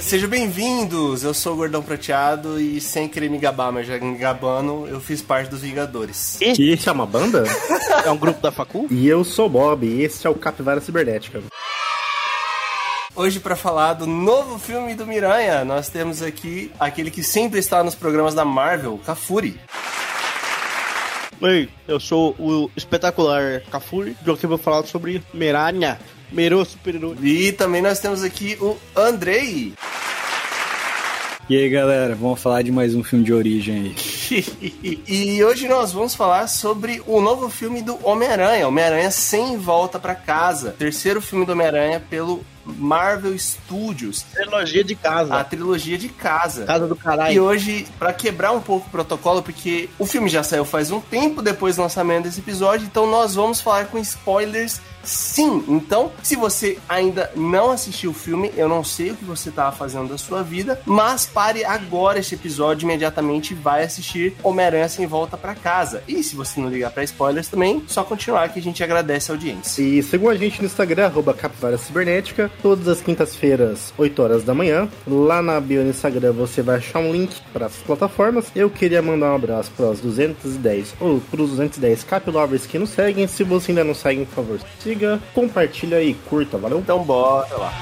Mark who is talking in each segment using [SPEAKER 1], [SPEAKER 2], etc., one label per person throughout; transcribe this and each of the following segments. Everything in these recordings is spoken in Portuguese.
[SPEAKER 1] Sejam bem-vindos! Eu sou o Gordão Prateado e sem querer me gabar, mas já me gabando, eu fiz parte dos Vingadores.
[SPEAKER 2] E Isso é uma banda?
[SPEAKER 3] É um grupo da facu?
[SPEAKER 2] E eu sou o Bob, e esse é o Capivara Cibernética.
[SPEAKER 1] Hoje, pra falar do novo filme do Miranha, nós temos aqui aquele que sempre está nos programas da Marvel, Cafuri.
[SPEAKER 3] Oi, eu sou o espetacular Cafuri, de aqui vou falar sobre Meranha, Merô Super-Herói.
[SPEAKER 1] E também nós temos aqui o Andrei.
[SPEAKER 4] E aí galera, vamos falar de mais um filme de origem aí.
[SPEAKER 1] E hoje nós vamos falar sobre o novo filme do Homem-Aranha, Homem-Aranha Sem Volta pra Casa, terceiro filme do Homem-Aranha pelo Marvel Studios,
[SPEAKER 3] Trilogia de casa.
[SPEAKER 1] a trilogia de casa.
[SPEAKER 3] casa do
[SPEAKER 1] E
[SPEAKER 3] caralho.
[SPEAKER 1] hoje, pra quebrar um pouco o protocolo, porque o filme já saiu faz um tempo depois do lançamento desse episódio, então nós vamos falar com spoilers sim. Então, se você ainda não assistiu o filme, eu não sei o que você tava fazendo da sua vida, mas pare agora este episódio imediatamente e vai assistir Homem-Aranha Sem Volta pra Casa. E se você não ligar pra spoilers também, só continuar que a gente agradece a audiência.
[SPEAKER 2] E sigam a gente no Instagram, arroba Capivara Cibernética, todas as quintas-feiras, 8 horas da manhã. Lá na bio no Instagram você vai achar um link para as plataformas. Eu queria mandar um abraço para os 210 ou para os 210 Capilovers que nos seguem. Se você ainda não segue, por favor, siga, compartilha e curta, valeu?
[SPEAKER 1] Então, bora lá.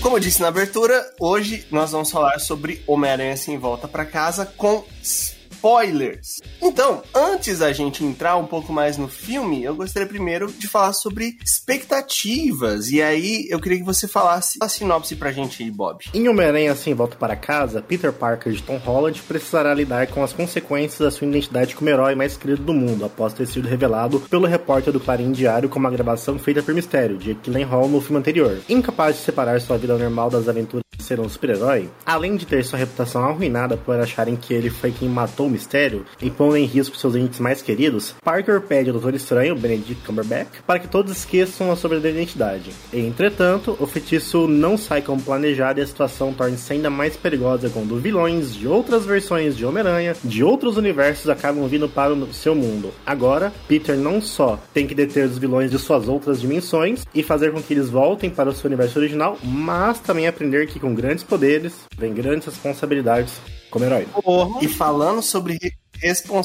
[SPEAKER 1] Como eu disse na abertura, hoje nós vamos falar sobre Homem-Aranha Sem Volta pra Casa com spoilers. Então, antes da gente entrar um pouco mais no filme, eu gostaria primeiro de falar sobre expectativas. E aí, eu queria que você falasse a sinopse pra gente aí, Bob.
[SPEAKER 2] Em Homem-Aranha Sem Volta para Casa, Peter Parker de Tom Holland precisará lidar com as consequências da sua identidade como herói mais querido do mundo, após ter sido revelado pelo repórter do Clarim Diário como a gravação feita por Mistério, de Hall no filme anterior. Incapaz de separar sua vida normal das aventuras de ser um super-herói, além de ter sua reputação arruinada por acharem que ele foi quem matou o Mistério e pondo em risco seus entes mais queridos, Parker pede ao Doutor Estranho, Benedict Cumberbatch, para que todos esqueçam a sua verdadeira identidade. Entretanto, o feitiço não sai como planejado e a situação torna-se ainda mais perigosa quando vilões de outras versões de Homem-Aranha, de outros universos, acabam vindo para o seu mundo. Agora, Peter não só tem que deter os vilões de suas outras dimensões e fazer com que eles voltem para o seu universo original, mas também aprender que com grandes poderes vem grandes responsabilidades como herói.
[SPEAKER 3] Porra.
[SPEAKER 1] E falando sobre re-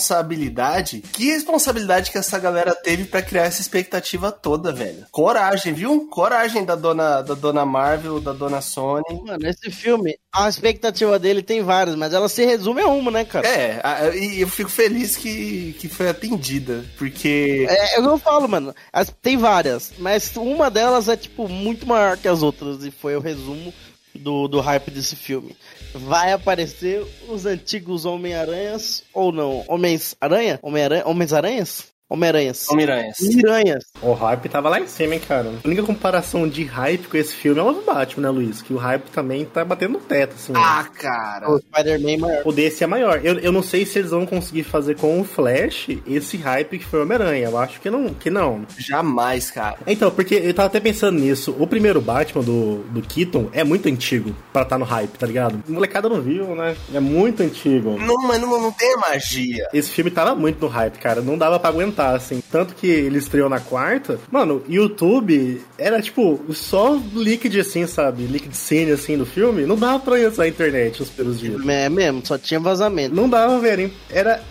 [SPEAKER 1] responsabilidade, que responsabilidade que essa galera teve pra criar essa expectativa toda, velho? Coragem, viu? Coragem da dona, da dona Marvel, da dona Sony.
[SPEAKER 3] Mano, esse filme, a expectativa dele tem várias, mas ela se resume a uma, né, cara?
[SPEAKER 1] É, a- e eu fico feliz que, que foi atendida, porque
[SPEAKER 3] É, eu não falo, mano. As- tem várias, mas uma delas é, tipo, muito maior que as outras. E foi o resumo do, do hype desse filme. Vai aparecer os antigos Homem-Aranhas, ou não? Homens-Aranha? Homem-Aranha? Homens-Aranhas? Homem-Aranhas.
[SPEAKER 1] Homem-Aranha.
[SPEAKER 3] Miranhas.
[SPEAKER 2] O hype tava lá em cima, hein, cara. A única comparação de hype com esse filme é o do Batman, né, Luiz? Que o hype também tá batendo no teto, assim.
[SPEAKER 1] Ah, cara.
[SPEAKER 3] O Spider-Man maior.
[SPEAKER 2] O desse é maior. Eu, eu não sei se eles vão conseguir fazer com o Flash esse hype que foi o Homem-Aranha. Eu acho que não, que não.
[SPEAKER 1] Jamais, cara.
[SPEAKER 2] Então, porque eu tava até pensando nisso. O primeiro Batman do, do Keaton é muito antigo pra tá no hype, tá ligado? Molecada não viu, né? É muito antigo.
[SPEAKER 1] Não, mas não, não tem magia.
[SPEAKER 2] Esse filme tava muito no hype, cara. Não dava pra aguentar, assim. Tanto que ele estreou na quarta. Mano, YouTube era, tipo, só leak de, assim, sabe? Leak de cena, assim, do filme. Não dava pra acessar a internet os primeiros dias.
[SPEAKER 3] É mesmo, só tinha vazamento.
[SPEAKER 2] Não dava, velho. Era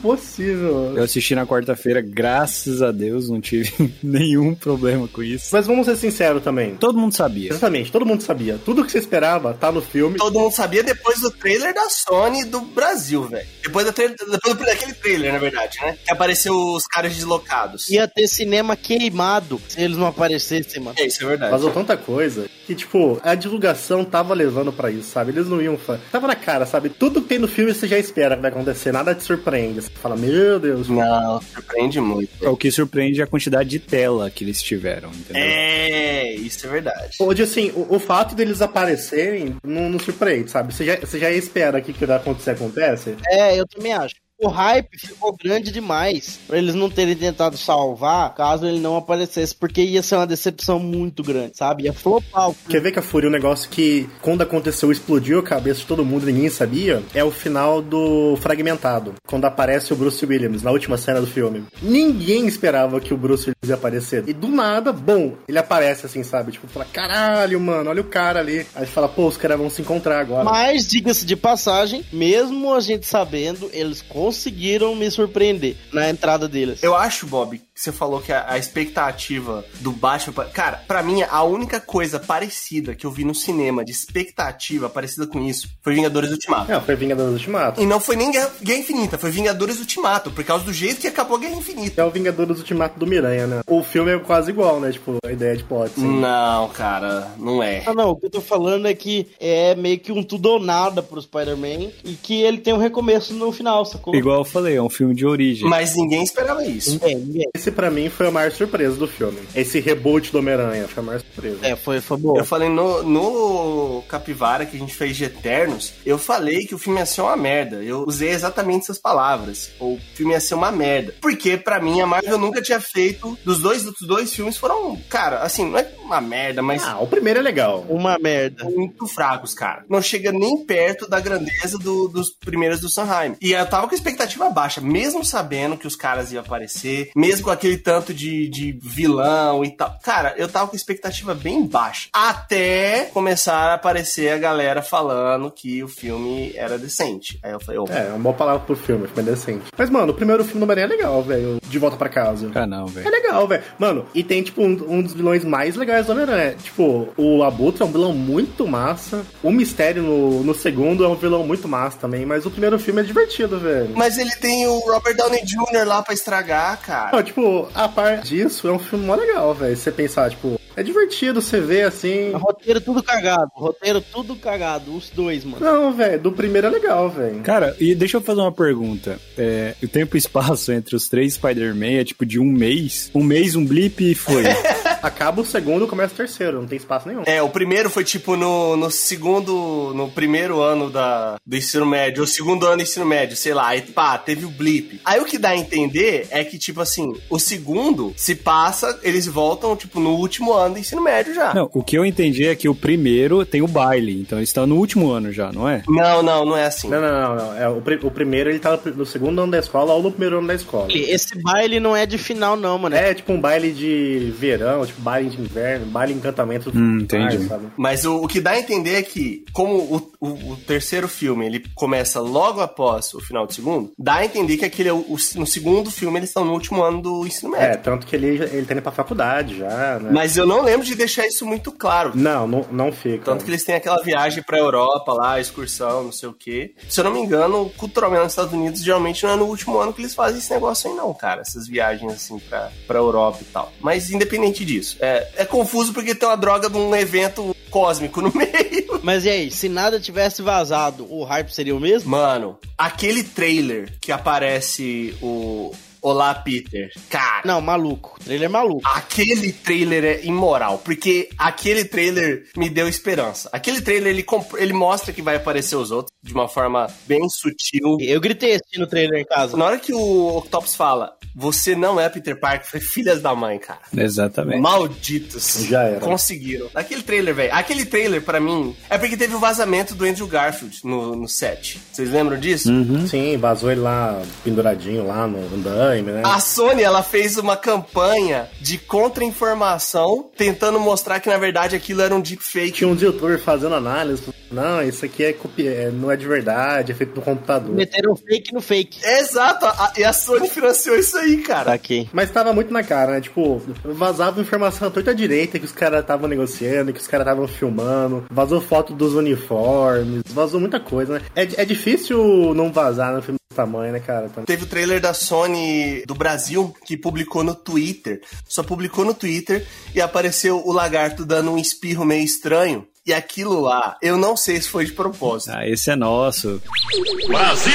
[SPEAKER 2] impossível.
[SPEAKER 4] Eu assisti na quarta-feira, graças a Deus, não tive nenhum problema com isso.
[SPEAKER 2] Mas vamos ser sinceros também.
[SPEAKER 4] Todo mundo sabia.
[SPEAKER 2] Exatamente, todo mundo sabia. Tudo que você esperava tá no filme.
[SPEAKER 1] Todo mundo sabia depois do trailer da Sony do Brasil, velho. Depois, da trailer- depois do- daquele trailer, na verdade, né? Que apareceu os caras deslocados.
[SPEAKER 3] Ia ter cinema queimado se eles não aparecessem, mano.
[SPEAKER 1] É, isso é verdade.
[SPEAKER 2] Vazou tanta coisa que, tipo, a divulgação tava levando pra isso, sabe? Eles não iam. fa- Tava na cara, sabe? Tudo que tem no filme você já espera que vai acontecer, nada te surpreende. Você fala, meu Deus.
[SPEAKER 1] Não, surpreende muito.
[SPEAKER 4] O que surpreende é a quantidade de tela que eles tiveram, entendeu?
[SPEAKER 1] É, isso é verdade.
[SPEAKER 2] Hoje, assim, o, o fato deles aparecerem não, não surpreende, sabe? Você já, você já espera que o que vai acontecer acontece.
[SPEAKER 3] É, eu também acho. O hype ficou grande demais pra eles não terem tentado salvar caso ele não aparecesse, porque ia ser uma decepção muito grande, sabe? Ia flopar. o filme.
[SPEAKER 2] Quer ver que a Fúria, um negócio que, quando aconteceu, explodiu a cabeça de todo mundo, ninguém sabia? É o final do Fragmentado, quando aparece o Bruce Williams, na última cena do filme. Ninguém esperava que o Bruce Williams ia aparecer. E do nada, bom, ele aparece assim, sabe? Tipo, fala, caralho, mano, olha o cara ali. Aí você fala, pô, os caras vão se encontrar agora.
[SPEAKER 3] Mas, diga-se de passagem, mesmo a gente sabendo, eles conseguiram me surpreender na entrada deles.
[SPEAKER 1] Eu acho, Bob, que você falou que a, a expectativa do Batman. pa- Cara, pra mim, a única coisa parecida que eu vi no cinema de expectativa parecida com isso foi Vingadores Ultimato.
[SPEAKER 2] Não, É, foi Vingadores Ultimato.
[SPEAKER 1] E não foi nem Guerra, Guerra Infinita, foi Vingadores Ultimato, por causa do jeito que acabou a Guerra Infinita.
[SPEAKER 2] É o Vingadores Ultimato do Miranha, né? O filme é quase igual, né? Tipo, a ideia de plot. assim.
[SPEAKER 1] Não, cara, não é.
[SPEAKER 3] Ah, não, o que eu tô falando é que é meio que um tudo ou nada pro Spider-Man e que ele tem um recomeço no final, sacou?
[SPEAKER 4] Igual eu falei, é um filme de origem.
[SPEAKER 1] Mas ninguém esperava isso.
[SPEAKER 3] É, é.
[SPEAKER 2] Esse pra mim foi a maior surpresa do filme. Esse reboot do Homem-Aranha foi a maior surpresa.
[SPEAKER 3] É, foi, foi boa.
[SPEAKER 1] Eu falei no, no Capivara que a gente fez de Eternos, eu falei que o filme ia ser uma merda. Eu usei exatamente essas palavras. O filme ia ser uma merda. Porque, pra mim, a Marvel nunca tinha feito. Dos dois, dos dois filmes foram, cara, assim, não é uma merda, mas.
[SPEAKER 2] Ah, o primeiro é legal.
[SPEAKER 3] Uma merda.
[SPEAKER 1] Muito fracos, cara. Não chega nem perto da grandeza do- dos primeiros do Sanheim. E eu tava com a expectativa baixa, mesmo sabendo que os caras iam aparecer, mesmo com aquele tanto de, de vilão e tal. Cara, eu tava com a expectativa bem baixa. Até começar a aparecer a galera falando que o filme era decente. Aí eu falei, ô.
[SPEAKER 2] É, uma boa palavra pro filme, o filme é decente. Mas, mano, o primeiro filme do Homem-Aranha é legal, velho. De volta pra casa.
[SPEAKER 4] Ah, não,
[SPEAKER 2] É
[SPEAKER 4] velho.
[SPEAKER 2] legal, velho. Mano, e tem, tipo, um, um dos vilões mais legais do Homem-Aranha. Tipo, o Abutre é um vilão muito massa. O Mistério no, no segundo é um vilão muito massa também. Mas o primeiro filme é divertido, velho.
[SPEAKER 1] Mas ele tem o Robert Downey Jr. lá pra estragar, cara.
[SPEAKER 2] Não, tipo, a par disso, é um filme mó legal, velho. Se Você pensar, tipo, é divertido você ver assim.
[SPEAKER 3] Roteiro tudo cagado. Roteiro tudo cagado. Os dois, mano.
[SPEAKER 2] Não, velho, do primeiro é legal, velho.
[SPEAKER 4] Cara, e deixa eu fazer uma pergunta. É, o tempo e espaço entre os três Spider-Man é tipo de um mês? Um mês, um blip e foi.
[SPEAKER 2] Acaba o segundo, começa o terceiro, não tem espaço nenhum.
[SPEAKER 1] É, o primeiro foi tipo no, no segundo. No primeiro ano da, do ensino médio, ou segundo ano do ensino médio, sei lá. Aí, pá, teve o blip. Aí o que dá a entender é que, tipo assim, o segundo se passa, eles voltam, tipo, no último ano do ensino médio já. Não,
[SPEAKER 4] não, o que eu entendi é que o primeiro tem o baile, então eles estão no último ano já, não é?
[SPEAKER 1] não, não, é assim.
[SPEAKER 2] Não, não, não, não. É, o, pri- o primeiro ele tá no pri- no segundo ano da escola ou no primeiro ano da escola.
[SPEAKER 3] Esse baile não é de final, não, mano.
[SPEAKER 2] É tipo um baile de verão, tipo baile de inverno, baile de encantamento.
[SPEAKER 4] Hum, entendi.
[SPEAKER 2] Ah, sabe?
[SPEAKER 1] Mas o, o que dá a entender é que, como o, o- o terceiro filme ele começa logo após o final do segundo, dá a entender que aquele é o- o- no segundo filme eles estão no último ano do ensino médio.
[SPEAKER 2] É, tanto que ele, ele tá indo pra faculdade já, né?
[SPEAKER 1] Mas eu não lembro de deixar isso muito claro.
[SPEAKER 2] Não, não, não fica.
[SPEAKER 1] Tanto que eles têm aquela viagem pra Europa lá, excursão, não sei o quê. Se eu não me engano, culturalmente nos Estados Unidos, geralmente não é no último ano que eles fazem esse negócio aí, não, cara. Essas viagens assim pra, pra Europa e tal. Mas independente disso, é, é confuso porque tem uma droga de um evento cósmico no meio.
[SPEAKER 3] Mas e aí, se nada tivesse vazado, o hype seria o mesmo?
[SPEAKER 1] Mano, aquele trailer que aparece o Olá Peter, cara.
[SPEAKER 3] Não, maluco. O trailer é maluco.
[SPEAKER 1] Aquele trailer é imoral, porque aquele trailer me deu esperança. Aquele trailer ele, comp- ele mostra que vai aparecer os outros de uma forma bem sutil.
[SPEAKER 3] Eu gritei assim no trailer em casa.
[SPEAKER 1] Na hora que o Octopus fala, você não é Peter Parker, foi filhas da mãe, cara.
[SPEAKER 4] Exatamente.
[SPEAKER 1] Malditos.
[SPEAKER 2] É. Já era.
[SPEAKER 1] Conseguiram. Aquele trailer, velho. Aquele trailer, pra mim, é porque teve o vazamento do Andrew Garfield no, no set. Vocês lembram disso?
[SPEAKER 2] Sim, vazou ele lá penduradinho lá no andaime, né?
[SPEAKER 1] A Sony, ela fez uma campanha de contra-informação, tentando mostrar que, na verdade, aquilo era um deepfake.
[SPEAKER 2] Tinha uns youtubers fazendo análise. Não, isso aqui é copi... é, não é de verdade, é feito no computador.
[SPEAKER 3] Meteram fake no fake.
[SPEAKER 1] Exato, a- e a Sony financiou isso aí, cara.
[SPEAKER 3] aqui.
[SPEAKER 2] Mas tava muito na cara, né? Tipo, vazava informação à torta à direita que os caras estavam negociando, que os caras estavam filmando, vazou foto dos uniformes, vazou muita coisa, né? É, di- é difícil não vazar no filme do tamanho, né, cara?
[SPEAKER 1] Teve o trailer da Sony do Brasil que publicou no Twitter. Só publicou no Twitter e apareceu o lagarto dando um espirro meio estranho. E aquilo lá, eu não sei se foi de propósito.
[SPEAKER 4] Ah, esse é nosso.
[SPEAKER 1] Brasil!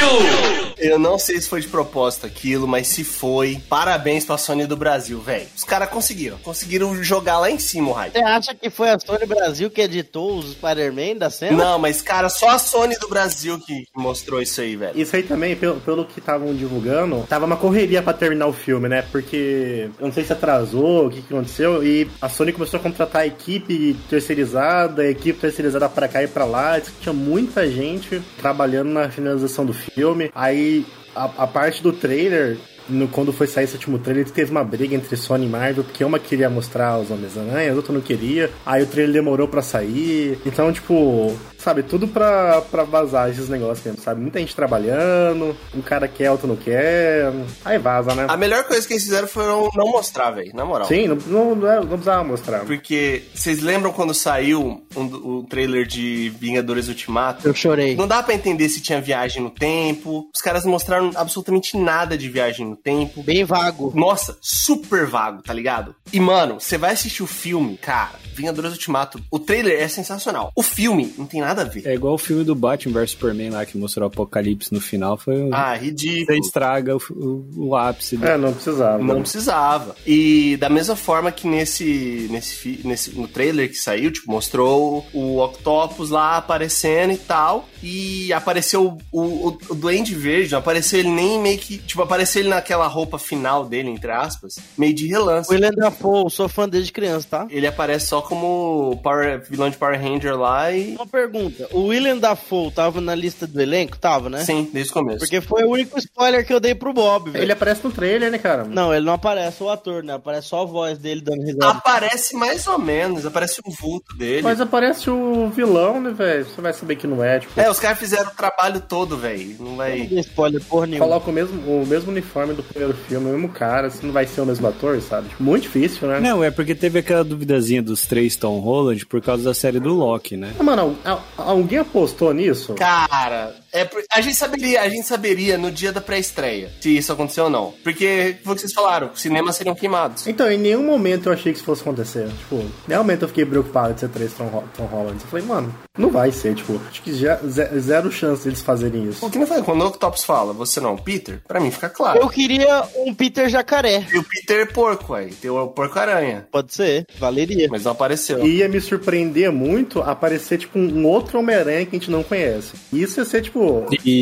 [SPEAKER 1] Eu não sei se foi de propósito aquilo, mas se foi, parabéns pra Sony do Brasil, velho. Os caras conseguiram. Conseguiram jogar lá em cima o hype.
[SPEAKER 3] Você acha que foi a Sony Brasil que editou os Spider-Man da cena?
[SPEAKER 1] Não, mas, cara, só a Sony do Brasil que mostrou isso aí, velho.
[SPEAKER 2] Isso aí também, pelo, pelo que estavam divulgando, tava uma correria pra terminar o filme, né? Porque eu não sei se atrasou, o que, que aconteceu, e a Sony começou a contratar a equipe terceirizada, a equipe terceirizada pra cá e pra lá. Diz que Tinha muita gente trabalhando na finalização do filme. Aí a, a parte do trailer. No, quando foi sair esse último trailer, teve uma briga entre Sony e Marvel, porque uma queria mostrar os Homens-Aranha, a outra não queria. Aí o trailer demorou pra sair. Então, tipo, sabe, tudo pra, pra vazar esses negócios mesmo, sabe? Muita gente trabalhando, um cara quer, outro não quer. Aí vaza, né?
[SPEAKER 1] A melhor coisa que eles fizeram foi não Ah, não mostrar, velho, na moral.
[SPEAKER 2] Sim, não, não, é, não, não precisava mostrar.
[SPEAKER 1] Porque vocês lembram quando saiu um- o trailer de Vingadores Ultimato?
[SPEAKER 3] Eu chorei.
[SPEAKER 1] Não dá pra entender se tinha viagem no tempo. Os caras não mostraram absolutamente nada de viagem no tempo.
[SPEAKER 3] Bem vago.
[SPEAKER 1] Nossa, super vago, tá ligado? E, mano, você vai assistir o filme, cara, Vingadores Ultimato. O trailer é sensacional. O filme não tem nada a ver.
[SPEAKER 4] É igual o filme do Batman vs Superman lá que mostrou o Apocalipse no final. Foi o-
[SPEAKER 1] Ah,
[SPEAKER 4] Você
[SPEAKER 1] ridículo.
[SPEAKER 4] estraga o, o- o ápice do-
[SPEAKER 2] É, não precisava.
[SPEAKER 1] Não precisava. E da mesma forma que nesse, nesse, fi- nesse no trailer que saiu, tipo, mostrou o Octopus lá aparecendo e tal. E apareceu o, o, o Duende Verde, não apareceu ele nem meio que. Tipo, apareceu ele naquela roupa final dele, entre aspas, meio de relance.
[SPEAKER 3] William Dafoe, sou fã desde criança, tá?
[SPEAKER 1] Ele aparece só como Power- vilão de Power Ranger lá e.
[SPEAKER 3] Uma pergunta. O William Dafoe tava na lista do elenco? Tava, né?
[SPEAKER 1] Sim, desde o começo.
[SPEAKER 3] Porque foi o único spoiler que eu dei pro Bob, velho.
[SPEAKER 5] é-
[SPEAKER 2] Ele aparece no trailer, né, cara?
[SPEAKER 3] Não, ele não aparece o ator, né? Aparece só a voz dele dando risada.
[SPEAKER 5] Ah.
[SPEAKER 1] Aparece mais ou menos, aparece o vulto dele.
[SPEAKER 2] Mas aparece o vilão, né, velho? Você vai saber que não é, tipo.
[SPEAKER 1] É, os caras fizeram o trabalho todo, velho. Não
[SPEAKER 3] Eu Não
[SPEAKER 1] vai.
[SPEAKER 3] dei spoiler porra
[SPEAKER 5] É,
[SPEAKER 3] nenhuma.
[SPEAKER 2] Coloca o mesmo, o mesmo uniforme do primeiro filme, o mesmo cara, se não vai ser o mesmo ator, sabe? Tipo, muito difícil, né?
[SPEAKER 4] Não, é porque teve aquela duvidazinha dos três Tom Holland por causa da série do Loki, né?
[SPEAKER 2] Ah, Mano, al- al- alguém apostou nisso?
[SPEAKER 1] Cara, é, por- a gente saberia, a gente saberia no dia da pré-estreia se isso aconteceu ou não. Porque foi o que vocês falaram, os cinemas seriam queimados.
[SPEAKER 2] Então, em nenhum momento eu achei que isso fosse acontecer. Tipo, em nenhum momento eu fiquei preocupado de ser três Tom, Ho- Tom Holland. Eu falei, mano, não vai ser, tipo, acho que já, ze- zero chance deles fazerem
[SPEAKER 1] O
[SPEAKER 2] isso.
[SPEAKER 1] que não foi quando o Octopus fala, você não, é Peter, pra mim fica claro.
[SPEAKER 3] Eu queria um Peter Jacaré.
[SPEAKER 1] E o Peter é porco aí, tem o porco-aranha,
[SPEAKER 3] Pode ser, valeria.
[SPEAKER 1] mas não apareceu.
[SPEAKER 2] E ia me surpreender muito aparecer, tipo, um outro Homem-Aranha que a gente não conhece. Isso ia ser, tipo,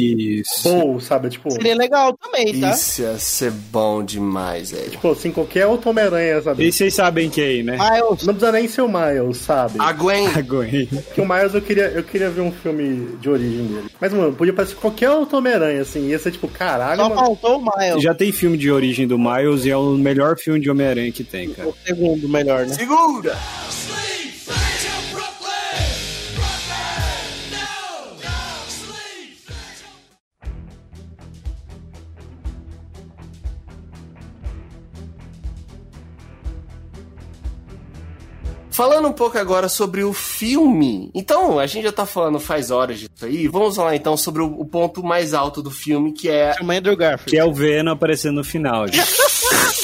[SPEAKER 4] Isso.
[SPEAKER 2] ou, sabe? Tipo,
[SPEAKER 3] Seria legal também, tá?
[SPEAKER 1] Isso ia ser bom demais, velho.
[SPEAKER 2] tipo, assim, qualquer outro Homem-Aranha, sabe?
[SPEAKER 4] E vocês sabem quem, né?
[SPEAKER 3] Miles,
[SPEAKER 2] Não precisa nem ser o Miles, sabe?
[SPEAKER 3] Ah.
[SPEAKER 1] A Gwen,
[SPEAKER 4] Aguei.
[SPEAKER 2] Porque o Miles eu queria, eu queria ver um filme de origem dele. Mas, mano, podia parecer qualquer outro Homem-Aranha, assim. Ia ser tipo, caralho,
[SPEAKER 3] só
[SPEAKER 2] mano.
[SPEAKER 3] faltou o
[SPEAKER 5] É
[SPEAKER 3] Miles.
[SPEAKER 4] Já tem filme de origem do Miles e é o melhor filme de Homem-Aranha que tem, cara.
[SPEAKER 3] O segundo melhor, né?
[SPEAKER 1] segura!
[SPEAKER 6] sleep to Brooklyn! Brooklyn! No! No sleep!
[SPEAKER 1] Falando um pouco agora sobre o filme. Então, a gente já tá falando faz horas disso aí. Vamos lá então sobre o, o ponto mais alto do filme, que é
[SPEAKER 3] Chama Andrew Garfield.
[SPEAKER 4] Que é o Venom aparecendo no final. gente.